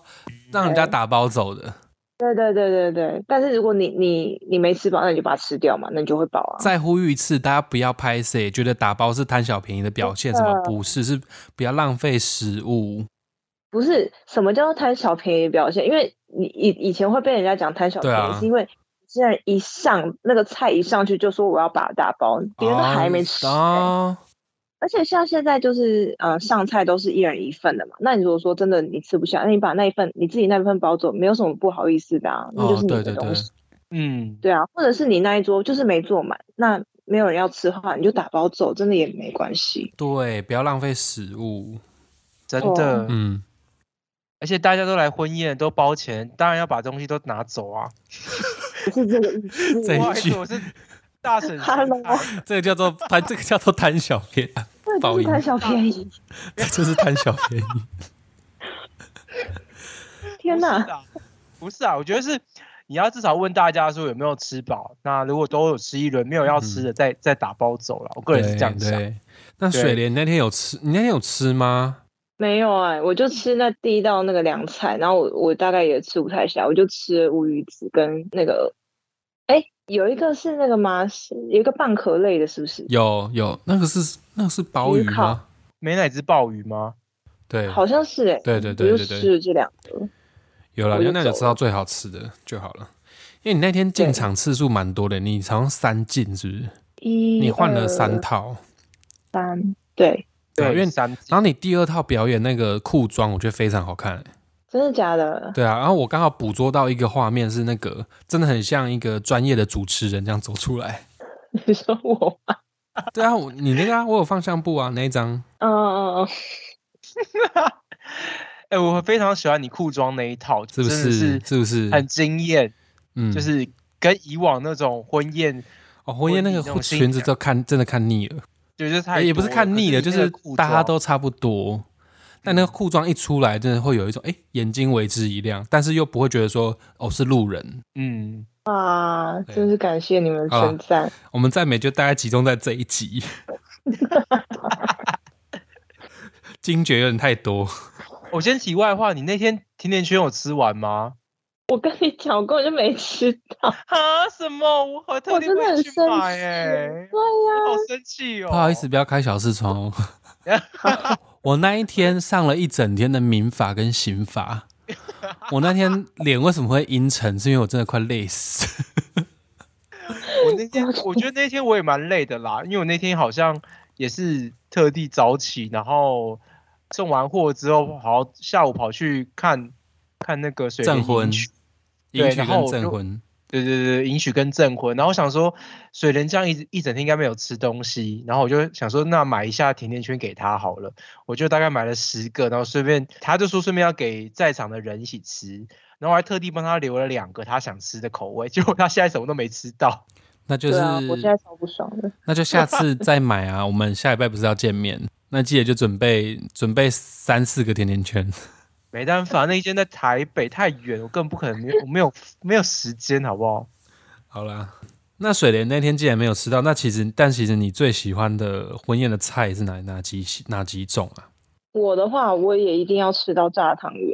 Speaker 1: 让人家打包走的，
Speaker 2: 对对对对对，但是如果你你你没吃饱，那你就把它吃掉嘛，那你就会饱啊。
Speaker 1: 再呼吁一次，大家不要拍谁觉得打包是贪小便宜的表现，什
Speaker 2: 真的
Speaker 1: 么不是，是不要浪费食物。
Speaker 2: 不是什么叫做贪小便宜的表现，因为你以以前会被人家讲贪小
Speaker 1: 对
Speaker 2: 便宜，
Speaker 1: 啊
Speaker 2: 是因为现在一上那个菜一上去就说我要把它打包，别人都
Speaker 1: 啊
Speaker 2: 还没吃、欸。
Speaker 1: 哦，
Speaker 2: 而且像现在就是呃上菜都是一人一份的嘛，那你如果说真的你吃不下，那你把那一份你自己那一份包走，没有什么不好意思的啊，那就是
Speaker 1: 哦，
Speaker 2: 你
Speaker 1: 对
Speaker 2: 的
Speaker 1: 对
Speaker 2: 东
Speaker 1: 对
Speaker 2: 西。，
Speaker 3: 嗯，
Speaker 2: 对啊，或者是你那一桌就是没坐满，那没有人要吃的话，你就打包走，真的也没关系。
Speaker 1: 对，不要浪费食物。
Speaker 3: 真
Speaker 2: 哦
Speaker 3: 的，
Speaker 1: 嗯，
Speaker 3: 而且大家都来婚宴都包钱，当然要把东西都拿走啊。
Speaker 2: 不是这个 意思。
Speaker 1: 这
Speaker 3: 不
Speaker 1: 一
Speaker 3: 好意思，
Speaker 1: 句
Speaker 3: 我是大婶
Speaker 2: Hello
Speaker 1: 这个叫做贪，这个叫做贪小便宜，
Speaker 2: 对，
Speaker 1: 报
Speaker 2: 就是
Speaker 1: 应
Speaker 2: 贪小便宜。
Speaker 1: 这就是贪小便宜。
Speaker 2: 天哪，
Speaker 3: 哪！不是啊，我觉得是你要至少问大家说有没有吃饱。那如果都有吃一轮，没有要吃的，再再打包走了。我个人是这样
Speaker 1: 嗯对
Speaker 3: 想。
Speaker 1: 对。那
Speaker 3: 对
Speaker 1: 水莲你那天有吃？你那天有吃吗？
Speaker 2: 没有哎、我就吃那第一道那个凉菜，然后我我大概也吃不太下，我就吃了乌鱼子跟那个，哎，有一个是那个吗？是有一个蚌壳类的，是不是？
Speaker 1: 有有，那个是那个是鲍鱼
Speaker 2: 鱼烤
Speaker 1: 吗？
Speaker 3: 没哪只鲍鱼吗？
Speaker 1: 对，
Speaker 2: 好像是哎、
Speaker 1: 对对
Speaker 2: 我
Speaker 1: 对
Speaker 2: 就
Speaker 1: 对对
Speaker 2: 吃了这两个，
Speaker 1: 有了，
Speaker 2: 我就
Speaker 1: 那就
Speaker 2: 走
Speaker 1: 吃到最好吃的就好了。因为你那天进
Speaker 2: 对
Speaker 1: 场次数蛮多的，你好像三进是不是？
Speaker 2: 一
Speaker 1: 你换了
Speaker 2: 二
Speaker 1: 三套，
Speaker 2: 三，对，
Speaker 1: 对啊因为
Speaker 3: 三只
Speaker 1: 然后你第二套表演那个裤装，我觉得非常好看、
Speaker 2: 真的假的？
Speaker 1: 对啊，然后我刚好捕捉到一个画面，是那个真的很像一个专业的主持人这样走出来。
Speaker 2: 你说我吗？
Speaker 1: 对啊，我你那个啊，我有放相簿啊，那一张。
Speaker 2: 嗯嗯嗯，
Speaker 3: 哎、我非常喜欢你裤装那一套，
Speaker 1: 是不
Speaker 3: 真的
Speaker 1: 是？
Speaker 3: 是
Speaker 1: 是不是？
Speaker 3: 很惊艳，
Speaker 1: 嗯，
Speaker 3: 就是跟以往那种婚宴，
Speaker 1: 哦，红叶那
Speaker 3: 婚礼那
Speaker 1: 个
Speaker 3: 种新
Speaker 1: 裙子都看真的看腻了，
Speaker 3: 对，就是太
Speaker 1: 也也不是
Speaker 3: 多
Speaker 1: 看腻了，
Speaker 3: 可
Speaker 1: 就是
Speaker 3: 你那
Speaker 1: 是
Speaker 3: 个嗯裤
Speaker 1: 大家
Speaker 3: 装
Speaker 1: 都差不多。但那个裤装一出来，真的会有一种哎、诶眼睛为之一亮，但是又不会觉得说哦是路人。
Speaker 3: 嗯，
Speaker 2: 哇，
Speaker 1: 对
Speaker 2: 真是感谢你们的
Speaker 1: 好啦
Speaker 2: 称赞。
Speaker 1: 我们赞美就大概集中在这一 集，惊觉有点太多。
Speaker 3: 我先题外话，你那天甜甜圈有吃完吗？
Speaker 2: 我跟你讲，我根本就没吃到，
Speaker 3: 啊？什么？我我特
Speaker 2: 我
Speaker 3: 地
Speaker 2: 真的
Speaker 3: 为你
Speaker 2: 很
Speaker 3: 去
Speaker 2: 生气。
Speaker 3: 买
Speaker 1: 欸
Speaker 3: 哎、
Speaker 2: 对呀、
Speaker 3: 我好生气哦！
Speaker 1: 不好意思，，不要开小视窗 哦。我那一天上了一整天的民法跟刑法，我那天脸为什么会阴沉？是因为我真的快累死。
Speaker 3: 我那天我觉得那天我也蛮累的啦，因为我那天好像也是特地早起，然后送完货之后，好下午跑去看看那个水莲
Speaker 1: 证婚
Speaker 3: 迎娶，
Speaker 1: 迎
Speaker 3: 对
Speaker 1: 娶
Speaker 3: 然后
Speaker 1: 跟
Speaker 3: 我就
Speaker 1: 证婚，
Speaker 3: 对对对，迎娶跟证婚。然后我想说，水莲这样一直一整天应该没有吃东西，然后我就想说，那买一下甜甜圈给她好了。我就大概买了十个，然后顺便她就说顺便要给在场的人一起吃，然后我还特地帮她留了两个她想吃的口味，结果她现在什么都没吃到。
Speaker 1: 那就是、
Speaker 2: 对啊，我现在超不爽的。
Speaker 1: 那就下次再买啊。我们下礼拜不是要见 面？那记得就准备准备三四个甜甜圈。
Speaker 3: 没办法，那一间在台北太远，我根本不可能没有，我没有没有时间，好不好？
Speaker 1: 好啦，那水莲那天既然没有吃到，那其实但其实你最喜欢的婚宴的菜是哪哪几哪几种啊？
Speaker 2: 我的话，我也一定要吃到炸汤圆。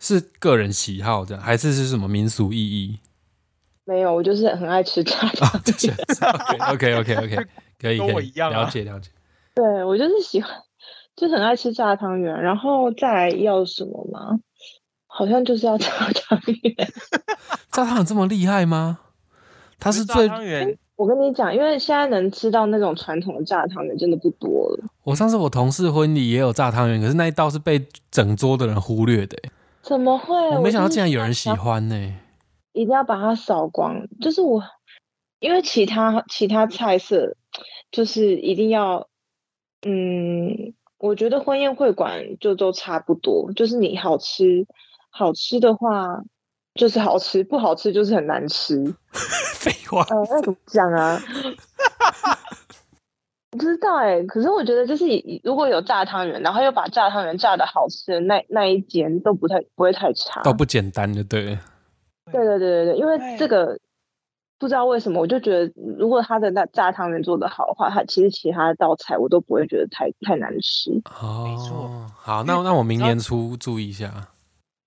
Speaker 1: 是个人喜好这样，还是是什么民俗意 义？
Speaker 2: 没有，我就是很爱吃炸
Speaker 1: 啊
Speaker 2: 汤圆。
Speaker 1: OK OK OK，可以
Speaker 3: 跟
Speaker 1: 可
Speaker 3: 我
Speaker 1: 以
Speaker 3: 一，样啊
Speaker 1: 了解了解。
Speaker 2: 对我就是喜欢，就是很爱吃炸汤圆。然后再来要什么吗？好像就是要炸汤圆。
Speaker 1: 炸汤圆这么厉害吗？它是
Speaker 3: 炸
Speaker 1: 最
Speaker 3: 汤圆，
Speaker 2: 我跟你讲，因为现在能吃到那种传统的炸汤圆真的不多了，
Speaker 1: 我上次我同事婚礼也有炸汤圆，可是那一道是被整桌的人忽略的、欸
Speaker 2: 怎么会？
Speaker 1: 我没想到
Speaker 2: 就是
Speaker 1: 竟然有
Speaker 2: 想
Speaker 1: 人
Speaker 3: 啊
Speaker 1: 喜
Speaker 2: 要
Speaker 1: 欢呢、
Speaker 2: 一定要把它扫光。就是我，因为其他其他菜色，就是一定要，嗯，我觉得婚宴会馆就都差不多，就是你好吃，好吃的话就是好吃，不好吃就是很难吃。
Speaker 1: 废 话，
Speaker 2: 呃，那怎么讲啊？ 不知道哎、可是我觉得就是以如果有炸汤圆，然后又把炸汤圆炸的好吃的那那一间都不太不会太差，
Speaker 1: 哦倒不简单就对了。
Speaker 2: 对对对对对，因
Speaker 3: 对
Speaker 2: 为这个不知道为什么，我就觉得如果他的那炸汤圆做的好的话，他其实其他的道菜我都不会觉得太太难吃。
Speaker 1: 哦，
Speaker 3: 错
Speaker 1: 好，那那我明年初注意一下。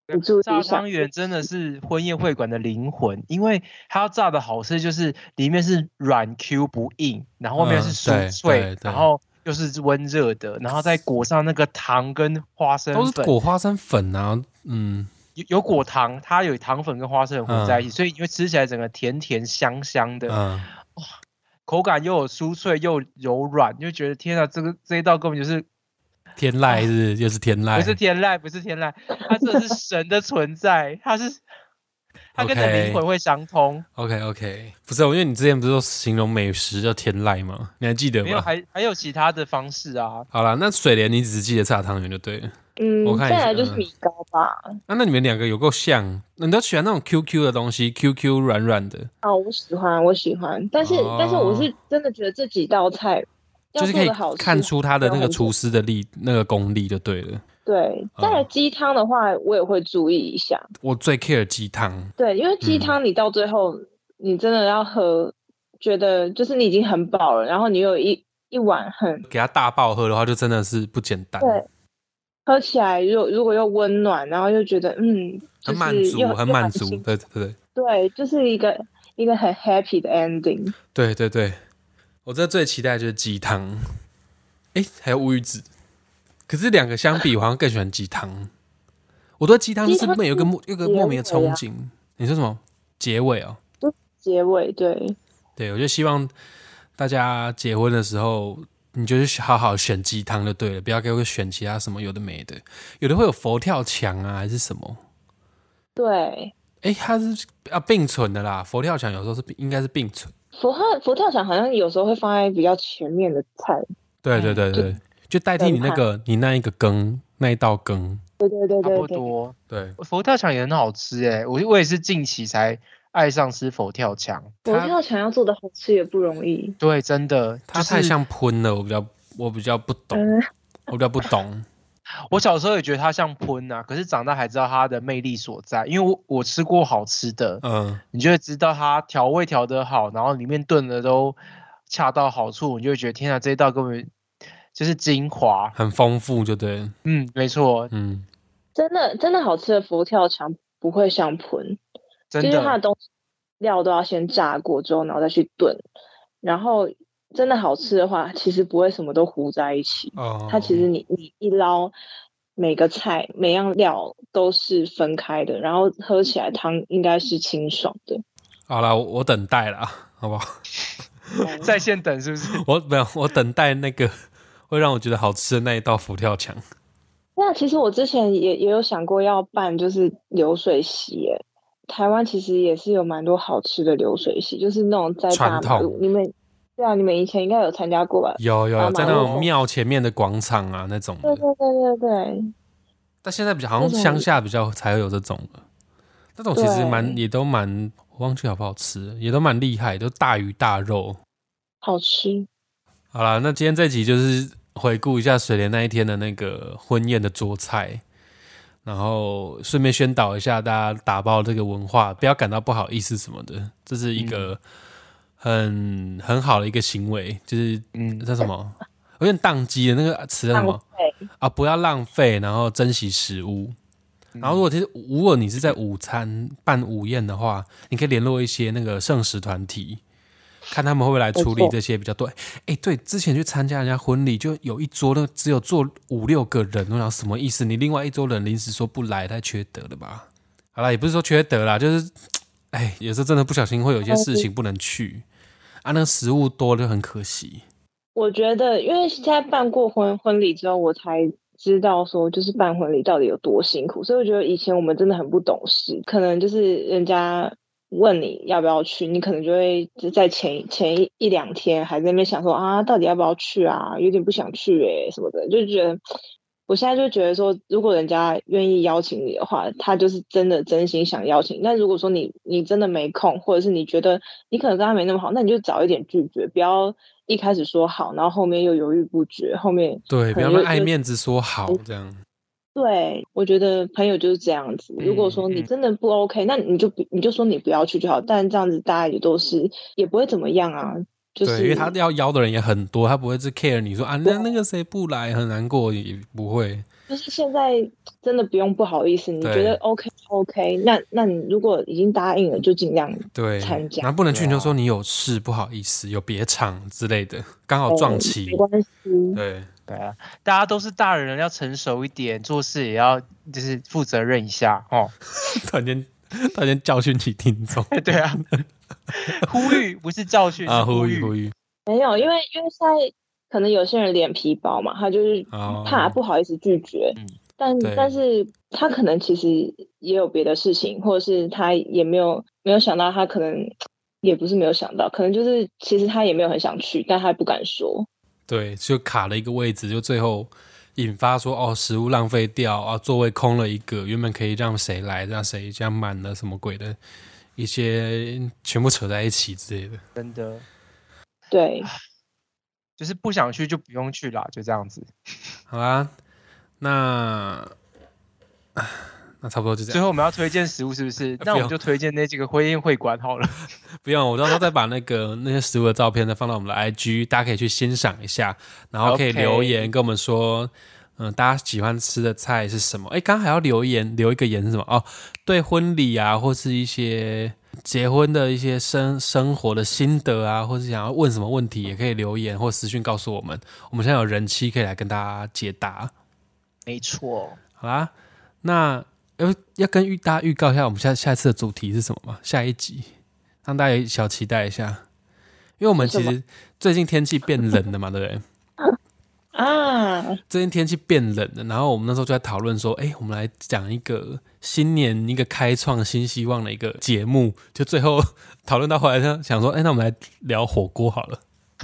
Speaker 2: 不住
Speaker 3: 炸
Speaker 2: 地
Speaker 3: 汤
Speaker 2: 想。
Speaker 3: 圆真的是婚宴会馆的灵魂，因为它要炸的好吃，就是里面是软 Q 不硬，然后外面
Speaker 1: 嗯
Speaker 3: 是
Speaker 1: 对
Speaker 3: 酥脆
Speaker 1: 对，对
Speaker 3: 然后又是温热的，然后再裹上那个糖跟花生
Speaker 1: 都是
Speaker 3: 粉，
Speaker 1: 裹花生粉啊，嗯，
Speaker 3: 有有果糖，它有糖粉跟花生混在一起，所以你会吃起来整个甜甜香香的，
Speaker 1: 嗯，
Speaker 3: 口感又有酥脆又柔软，就觉得天啊，这个这一道根本就是
Speaker 1: 天籁是不是又是天籁，
Speaker 3: 不是天籁，不是天籁，它真的是神的存在，它是它跟你的
Speaker 1: OK
Speaker 3: 灵魂会相通。
Speaker 1: OK OK，不是，因为你之前不是说形容美食叫天籁吗？你还记得
Speaker 3: 没有，
Speaker 1: 吗？
Speaker 3: 还还有其他的方式啊。
Speaker 1: 好啦，那水莲你只记得炸汤圆就对了。
Speaker 2: 嗯
Speaker 1: 我，看
Speaker 2: 再
Speaker 1: 一下
Speaker 2: 来就是
Speaker 1: 嗯
Speaker 2: 米糕吧。
Speaker 1: 啊，那你们两个有够像，你都喜欢那种 QQ 的东西，QQ 软软的，
Speaker 2: 啊，我喜欢，我喜欢，但是、但是我
Speaker 1: 哦
Speaker 2: 是真的觉得这几道菜要
Speaker 1: 就是可
Speaker 2: 做
Speaker 1: 以
Speaker 2: 的好吃，
Speaker 1: 看出他的那
Speaker 2: 要
Speaker 1: 个
Speaker 2: 很
Speaker 1: 厨师的力那个功力就对了。
Speaker 2: 对。再来
Speaker 1: 嗯
Speaker 2: 鸡汤的话，我也会注意一下，
Speaker 1: 我最 care 鸡汤，
Speaker 2: 对，因为
Speaker 1: 嗯
Speaker 2: 鸡汤你到最后、你真的要喝，觉得就是你已经很饱了，然后你有一一碗很
Speaker 1: 给他大爆喝的话，就真的是不简单，
Speaker 2: 对，喝起来又如果又温暖，然后又觉得嗯，就
Speaker 1: 很满
Speaker 2: 是又
Speaker 1: 足，很
Speaker 2: 又
Speaker 1: 满足，
Speaker 2: 心
Speaker 1: 对对对
Speaker 2: 对，就是一个一个很 happy 的 ending。
Speaker 1: 对对对，我这最期待的就是鸡汤，诶，还有乌鱼子，可是两个相比，我好像更喜欢鸡汤。我对鸡汤就是
Speaker 2: 鸡汤
Speaker 1: 没有一个
Speaker 2: 是
Speaker 1: 莫有一个莫名的
Speaker 2: 结尾
Speaker 1: 憧
Speaker 2: 啊
Speaker 1: 憬。你说什么？结尾哦、
Speaker 2: 结尾对，
Speaker 1: 对，我就希望大家结婚的时候，你就是好好选鸡汤就对了，不要给我选其他什么有的没的，有的会有佛跳墙啊，还是什么？
Speaker 2: 对，
Speaker 1: 哎，它是啊并存的啦，佛跳墙有时候是并应该是并存。
Speaker 2: 佛跳佛跳墙好像有时候会放在比较前面的菜，
Speaker 1: 对对
Speaker 3: 嗯
Speaker 1: 对对，就代替你那个你那一个羹那一道羹。
Speaker 2: 对对对
Speaker 3: 差
Speaker 2: 对
Speaker 3: 不
Speaker 2: 对，
Speaker 3: 多。
Speaker 1: 对，
Speaker 3: 佛跳墙也很好吃哎、我我也是近期才爱上吃佛跳墙。
Speaker 2: 佛
Speaker 1: 它
Speaker 2: 跳墙要做的好吃也不容易。
Speaker 3: 对，真的，
Speaker 1: 它
Speaker 3: 就是
Speaker 1: 太像喷了，我比较我比较不懂，
Speaker 2: 嗯，
Speaker 1: 我比较不懂。
Speaker 3: 我小时候也觉得它像喷啊，可是长大才知道它的魅力所在。因为我我吃过好吃的，
Speaker 1: 嗯，
Speaker 3: 你就会知道它调味调得好，然后里面炖的都恰到好处，你就会觉得天啊，这一道根本就是精华。
Speaker 1: 很丰富就对了，
Speaker 3: 嗯，没错，
Speaker 1: 嗯，
Speaker 2: 真的真的好吃的佛跳墙不会像盆，就
Speaker 3: 真
Speaker 2: 是它的
Speaker 3: 的。
Speaker 2: 东西料都要先炸过之后，然后再去炖。然后真的好吃的话，其实不会什么都糊在一起。
Speaker 1: 哦，
Speaker 2: 它其实你你一捞，每个菜每样料都是分开的，然后喝起来汤应该是清爽的。
Speaker 1: 好啦，我我等待啦，好不好？
Speaker 2: 嗯
Speaker 3: 在线等是不是？
Speaker 1: 我没有，我等待那个 会让我觉得好吃的那一道佛跳墙。
Speaker 2: 那其实我之前也也有想过要办，就是流水席耶。台湾其实也是有蛮多好吃的流水席，就是那种在大
Speaker 1: 传
Speaker 2: 马
Speaker 1: 统
Speaker 2: 路，你们对啊，你们以前应该有参加过吧？
Speaker 1: 有有
Speaker 2: 啊
Speaker 1: 有，在那
Speaker 2: 马
Speaker 1: 种
Speaker 2: 路
Speaker 1: 庙前面的广场啊那种
Speaker 2: 对
Speaker 1: 的，
Speaker 2: 对对对对，
Speaker 1: 但现在比较好像
Speaker 2: 那种
Speaker 1: 乡下比较才会有这种的，那种其实蛮
Speaker 2: 对
Speaker 1: 也都蛮，我忘记好不好吃了，也都蛮厉害，都大鱼大肉。
Speaker 2: 好吃。
Speaker 1: 好啦，那今天这集就是回顾一下水莲那一天的那个婚宴的桌菜，然后顺便宣导一下大家打包这个文化，不要感到不好意思什么的，这是一
Speaker 2: 嗯
Speaker 1: 个很、很好的一个行为，就是
Speaker 3: 嗯
Speaker 1: 叫什么？有点宕机的那个词叫什么
Speaker 2: 浪费
Speaker 1: 啊？不要浪费，然后珍惜食物。然后，如果其实如果你是在午餐办午宴的话，你可以联络一些那个圣食团体，看他们会不会来处理
Speaker 2: 没错
Speaker 1: 这些比较多。哎，对，之前去参加人家婚礼，就有一桌那只有坐五六个人，我想什么意思？你另外一桌人临时说不来，太缺德了吧？好啦，也不是说缺德啦，就是哎，有时候真的不小心会有一些事情不能去啊，那个食物多就很可惜。
Speaker 2: 我觉得，因为现在办过婚婚礼之后，我才知道说，就是办婚礼到底有多辛苦。所以我觉得以前我们真的很不懂事，可能就是人家问你要不要去，你可能就会就在前前一一两天还在那边想说啊，到底要不要去啊，有点不想去诶、什么的，就觉得。我现在就觉得说，如果人家愿意邀请你的话，他就是真的真心想邀请。那如果说你你真的没空，或者是你觉得你可能跟他没那么好，那你就早一点拒绝，不要一开始说好，然后后面又犹豫不决，后面
Speaker 1: 对，不
Speaker 2: 可
Speaker 1: 要
Speaker 2: 能
Speaker 1: 那么
Speaker 2: 就
Speaker 1: 爱
Speaker 2: 就
Speaker 1: 面子说好这样。
Speaker 2: 对，我觉得朋友就是这样子。如果
Speaker 1: 嗯
Speaker 2: 说你
Speaker 3: 嗯
Speaker 2: 真的不 OK，那你就不你就说你不要去就好。但这样子大家也都是也不会怎么样啊，就是
Speaker 1: 对，因为他要邀的人也很多，他不会是 care 你说啊，那那个谁不来很难过，也不会。
Speaker 2: 就是现在真的不用不好意思，你
Speaker 1: 对
Speaker 2: 觉得 OK OK，那那你如果已经答应了，就尽量
Speaker 1: 对
Speaker 2: 参，加
Speaker 1: 然后不能去，
Speaker 3: 对啊
Speaker 1: 你就说你有事，不好意思，有别场之类的，刚好
Speaker 2: 呃
Speaker 1: 哦撞期
Speaker 2: 没。关系。
Speaker 1: 对，
Speaker 3: 对啊，大家都是大人了，要成熟一点，做事也要就是负责任一下哦。
Speaker 1: 突然间突然间教训起听众
Speaker 3: 对 啊，呼吁不是教训
Speaker 1: 啊，
Speaker 3: 是
Speaker 1: 呼
Speaker 3: 呼
Speaker 1: 吁呼吁，
Speaker 2: 没有，因为因为现在可能有些人脸皮薄嘛，他就是
Speaker 1: 哦
Speaker 2: 怕不好意思拒绝，
Speaker 3: 嗯
Speaker 2: 但
Speaker 1: 对
Speaker 2: 但是他可能其实也有别的事情，或者是他也没有没有想到，他可能也不是没有想到，可能就是其实他也没有很想去，但他不敢说。
Speaker 1: 对，就卡了一个位置，就最后引发说哦，食物浪费掉啊，座位空了一个，原本可以让谁来，让谁这样满了什么鬼的，一些全部扯在一起之类的。
Speaker 3: 真的
Speaker 2: 对，
Speaker 3: 就是不想去就不用去啦，就这样子。
Speaker 1: 好啦，那 那差不多就这
Speaker 3: 最
Speaker 1: 样。
Speaker 3: 后我们要推荐食物是 不是？
Speaker 1: 不
Speaker 3: 那我
Speaker 1: 用
Speaker 3: 们就推荐那几个婚宴会馆好了。
Speaker 1: 不用，我到时候再把那个那些食物的照片呢放到我们的 IG，大家可以去欣赏一下，然后可以
Speaker 3: OK
Speaker 1: 留言跟我们说。嗯，大家喜欢吃的菜是什么？哎，刚刚还要留言，留一个言是什么？哦，对婚礼啊，或是一些结婚的一些生生活的心得啊，或是想要问什么问题，也可以留言或私讯告诉我们。我们现在有人妻可以来跟大家解答。
Speaker 3: 没错，
Speaker 1: 好啦，那要要跟预大家预告一下，我们下下次的主题是什么吗？下一集让大家有小期待一下，因为我们其
Speaker 2: 是
Speaker 1: 实最近天气变冷了嘛，对不 对？
Speaker 2: 啊，
Speaker 1: 最近天气变冷了，然后我们那时候就在讨论说，哎、我们来讲一个新年一个开创新希望的一个节目，就最后讨论到后来，就想说，哎、那我们来聊火锅好了。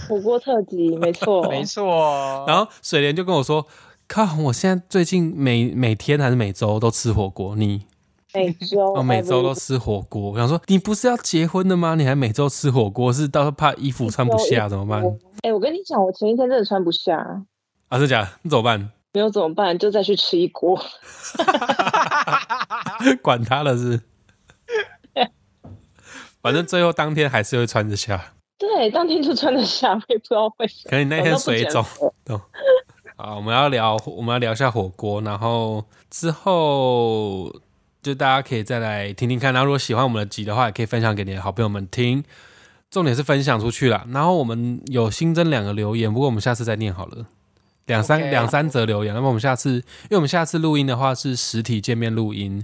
Speaker 2: 火锅特辑，没错，
Speaker 3: 没错。
Speaker 1: 然后水莲就跟我说。靠！我现在最近每每天还是每周都吃火锅，你
Speaker 2: 每周
Speaker 1: 哦，每周
Speaker 2: every
Speaker 1: 都吃火锅。我想说，你不是要结婚的吗？你还每周吃火锅，是到时候怕衣服穿不下怎么办？
Speaker 2: 哎、我跟你讲，我前一天真的穿不下，
Speaker 1: 啊，真假的？那怎么办？
Speaker 2: 没有怎么办？就再去吃一锅。
Speaker 1: 管他了是。反正最后当天还是会穿着下，
Speaker 2: 对，当天就穿得下，我也不知道为什么。
Speaker 1: 可能你那天水肿
Speaker 2: 我都不减肥。
Speaker 1: 啊。我们要聊，我们要聊一下火锅，然后之后就大家可以再来听听看。然后如果喜欢我们的集的话，也可以分享给你的好朋友们听。重点是分享出去了。然后我们有新增两个留言，不过我们下次再念好了。两三
Speaker 3: OK
Speaker 1: 两三则留言，那么我们下次，因为我们下次录音的话是实体见面录音，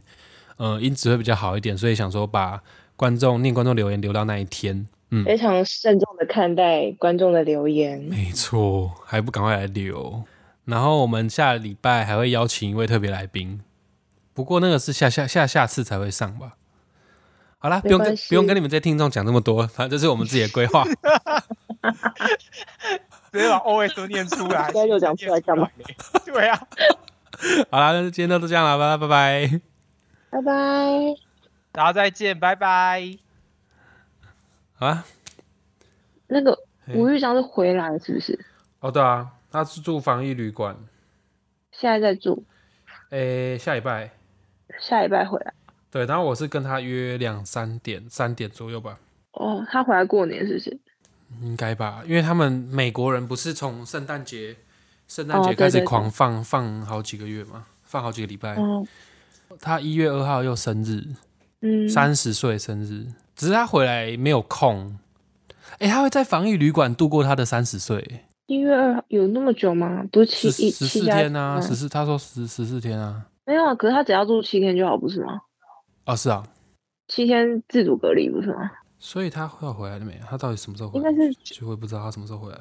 Speaker 1: 呃，音质会比较好一点，所以想说把观众念观众留言留到那一天。嗯，
Speaker 2: 非常慎重的看待观众的留言。
Speaker 1: 没错，还不赶快来留。然后我们下礼拜还会邀请一位特别来宾，不过那个是下下下下次才会上吧。好啦，不
Speaker 2: 没
Speaker 1: 用跟
Speaker 2: 关系
Speaker 1: 不用跟你们这些听众讲这么多，反正这是我们自己的规 划。
Speaker 3: 直接把 OS 都念出 来，
Speaker 2: 现在就讲出来干嘛
Speaker 3: 念出来？ 对啊。
Speaker 1: 好啦，那就今天就这样啦，拜拜拜拜。
Speaker 2: 拜拜。
Speaker 3: 大家再见，拜拜。
Speaker 1: 好啦，
Speaker 2: 那个
Speaker 1: 嘿
Speaker 2: 吴玉章是回来是不是？
Speaker 1: 哦对啊，他是住防疫旅馆，
Speaker 2: 现在在住，
Speaker 1: 诶、下礼拜
Speaker 2: 下礼拜回来。
Speaker 1: 对，然后我是跟他约两三点三点左右吧，
Speaker 2: 哦，他回来过年是不是？
Speaker 1: 应该吧，因为他们美国人不是从圣诞节圣诞
Speaker 2: 哦
Speaker 1: 节
Speaker 2: 对
Speaker 1: 开始
Speaker 2: 对对
Speaker 1: 狂放、放好几个月嘛，放好几个礼拜。
Speaker 2: 哦，
Speaker 1: 他一月二号又生日，
Speaker 2: 嗯，
Speaker 1: 三十岁生日，只是他回来没有空。哎、他会在防疫旅馆度过他的三十岁，
Speaker 2: 一月二号有那么久吗？不是七
Speaker 1: 十
Speaker 2: 一
Speaker 1: 十
Speaker 2: 七嗯
Speaker 1: 四
Speaker 2: 加
Speaker 1: 天啊，
Speaker 2: 七
Speaker 1: 十
Speaker 2: 吗
Speaker 1: 四，他说十十四天啊，
Speaker 2: 没有啊，可是他只要住七天就好，不是吗？
Speaker 1: 哦是啊，
Speaker 2: 七天自主隔离不是吗？
Speaker 1: 所以他会要回来了没？啊他到底什么时候回
Speaker 2: 应
Speaker 1: 来
Speaker 2: 该？是
Speaker 1: 就会不知道他什么时候回来。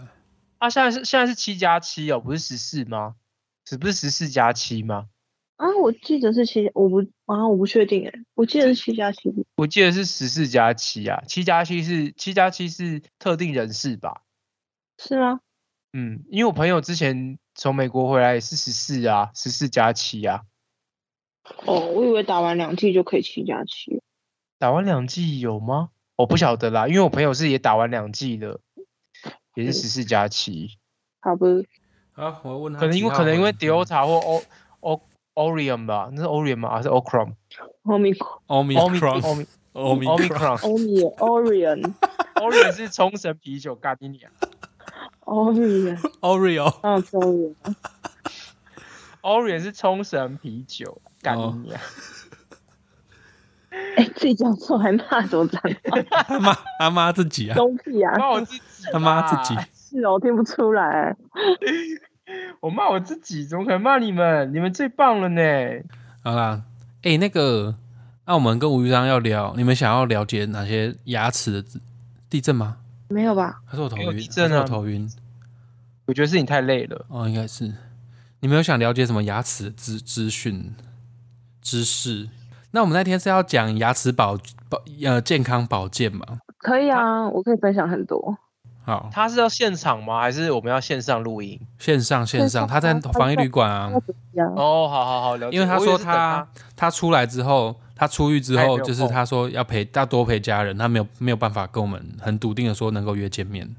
Speaker 3: 啊，现在是现在是七加七哦，不是十四吗？是不是十四加七吗？
Speaker 2: 啊，我记得是七，我不啊，我不确定哎，我记得是七加七。
Speaker 3: 我记得是十四加七啊，七加七是七加七是特定人士吧？
Speaker 2: 是吗？
Speaker 3: 嗯，因为我朋友之前从美国回来也是十四啊，十四加七啊，
Speaker 2: 哦，我以为打完两剂就可以七加七。
Speaker 3: 打完两剂有吗？我不晓得啦，因为我朋友是也打完两剂的，也是十四加七，
Speaker 2: 好不，
Speaker 1: 啊，我问他
Speaker 3: 可能因
Speaker 1: 几
Speaker 3: 为
Speaker 1: 号
Speaker 3: 可能因为
Speaker 1: 回来
Speaker 3: Delta 或 O O Orion 吧，那是 Orion 吗？还是 Ocron？
Speaker 2: 欧米
Speaker 1: 嗯
Speaker 3: Omicron
Speaker 1: Omicron
Speaker 3: Omi-
Speaker 1: Omicron
Speaker 3: Omicron
Speaker 2: 欧米 Orion
Speaker 3: Oreo 是冲绳啤酒，干你娘
Speaker 2: 哦耶，
Speaker 1: Oreo，
Speaker 2: 那我终于
Speaker 3: ！Oreo 是冲绳啤酒，干
Speaker 1: 哦
Speaker 3: 你娘！
Speaker 2: 哎，自己讲错还骂什么脏话？
Speaker 1: 他妈他妈自己啊，
Speaker 2: 东屁啊！
Speaker 3: 骂我自己，
Speaker 1: 他妈自己，
Speaker 2: 是哦，听不出来。
Speaker 3: 我骂我自己，怎么可能骂你们？你们最棒了呢！
Speaker 1: 好啦，哎、那个，那我们跟吴玉章要聊，你们想要了解哪些牙齿的地震吗？
Speaker 2: 没有吧？
Speaker 1: 还是我头
Speaker 3: 没有
Speaker 1: 晕？
Speaker 3: 地震啊
Speaker 1: 还是我头晕？
Speaker 3: 我觉得是你太累了。
Speaker 1: 哦，应该是。你们有想了解什么牙齿的资资讯、知识？那我们那天是要讲牙齿保保呃健康保健嘛？
Speaker 2: 可以啊，我可以分享很多。
Speaker 1: 好，
Speaker 3: 他是要现场吗？还是我们要线上录音？
Speaker 1: 线上线上，他在防疫旅馆啊，
Speaker 2: 呀，
Speaker 3: 哦，好好好，了解。
Speaker 1: 因为他
Speaker 3: 我以
Speaker 1: 说
Speaker 3: 是等他
Speaker 1: 他他出来之后，他出狱之
Speaker 3: 他也没
Speaker 1: 后，
Speaker 3: 有
Speaker 1: 就是
Speaker 3: 空
Speaker 1: 他说要陪要多陪家人，他没有没有办法跟我们很笃定的说能够约见面。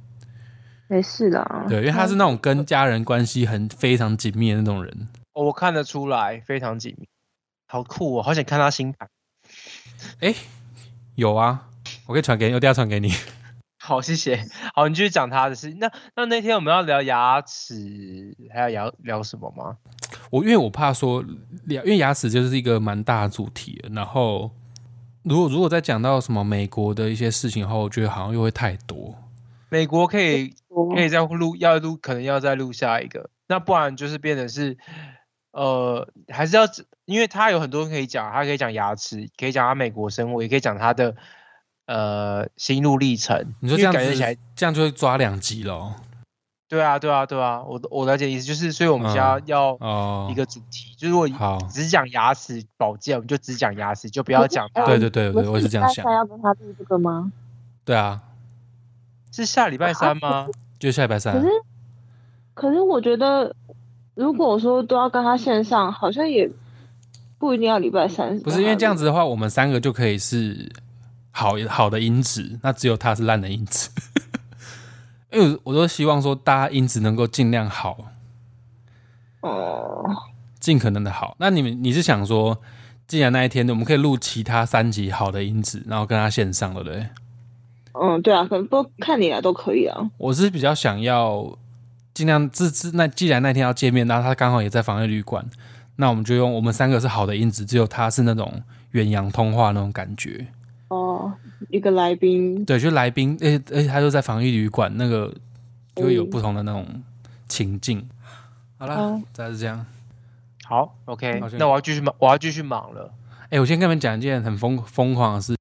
Speaker 2: 没事的
Speaker 3: 嗯
Speaker 2: 啊。
Speaker 1: 对，因为他是那种跟家人关系很非常紧密的那种人。
Speaker 3: 哦我看得出来，非常紧密，好酷哦，好想看他新盘。
Speaker 1: 哎、有啊，我可以传给你，我等一下传给你。
Speaker 3: 好，谢谢。好，你继续讲他的事。那那那天我们要聊牙齿，还要聊聊什么吗？
Speaker 1: 我因为我怕说聊，因为牙齿就是一个蛮大的主题了，然后如果如果再讲到什么美国的一些事情后，我觉得好像又会太多。
Speaker 3: 美国可以
Speaker 2: 我
Speaker 1: 哦
Speaker 3: 可以再录，要录，可能要再录下一个。那不然就是变成是，呃，还是要，因为他有很多人可以讲，他可以讲牙齿，可以讲他美国生活，也可以讲他的呃心路历程。
Speaker 1: 你说这
Speaker 3: 因
Speaker 1: 样
Speaker 3: 为感觉起来
Speaker 1: 子，，这样就会抓两集哦咯。
Speaker 3: 对啊，对啊，对啊，我我了解意思就是，所以我们现在
Speaker 1: 嗯
Speaker 3: 要
Speaker 1: 哦，
Speaker 3: 一个主题，就是如果
Speaker 1: 好，
Speaker 3: 只讲牙齿保健，我们就只讲牙齿，就不要讲
Speaker 1: 对
Speaker 3: 它。
Speaker 1: 对对对，我也是这样想
Speaker 2: 大。家要跟他录这个吗？
Speaker 1: 对啊，
Speaker 3: 是下礼拜三 吗？
Speaker 1: 就下礼拜三啊
Speaker 2: 可是，可是我觉得，如果说都要跟他线上，好像也不一定要礼拜三。
Speaker 1: 不是因为这样子，的话，我们三个就可以是好好的音质，那只有他是烂的音质。 因为我都希望说，大家音质能够尽量好，
Speaker 2: 哦，
Speaker 1: 尽可能的好。那你们你是想说，既然那一天我们可以录其他三集好的音质，然后跟他线上，对不对？
Speaker 2: 嗯，对啊，可能不过看你来都可以啊。
Speaker 1: 我是比较想要尽量自自那既然那天要见面，那他刚好也在防疫旅馆，那我们就用我们三个是好的音质，只有他是那种远洋通话那种感觉。
Speaker 2: 哦，一个来宾，
Speaker 1: 对，就来宾，而且而且他又在防疫旅馆，那个就会有不同的那种情境。好啦
Speaker 2: 哦，
Speaker 1: 大概是这样。
Speaker 3: 好，OK，
Speaker 1: 好像
Speaker 3: 那我要继续忙，我要继续忙了。
Speaker 1: 哎、我先跟你们讲一件很疯疯狂的事，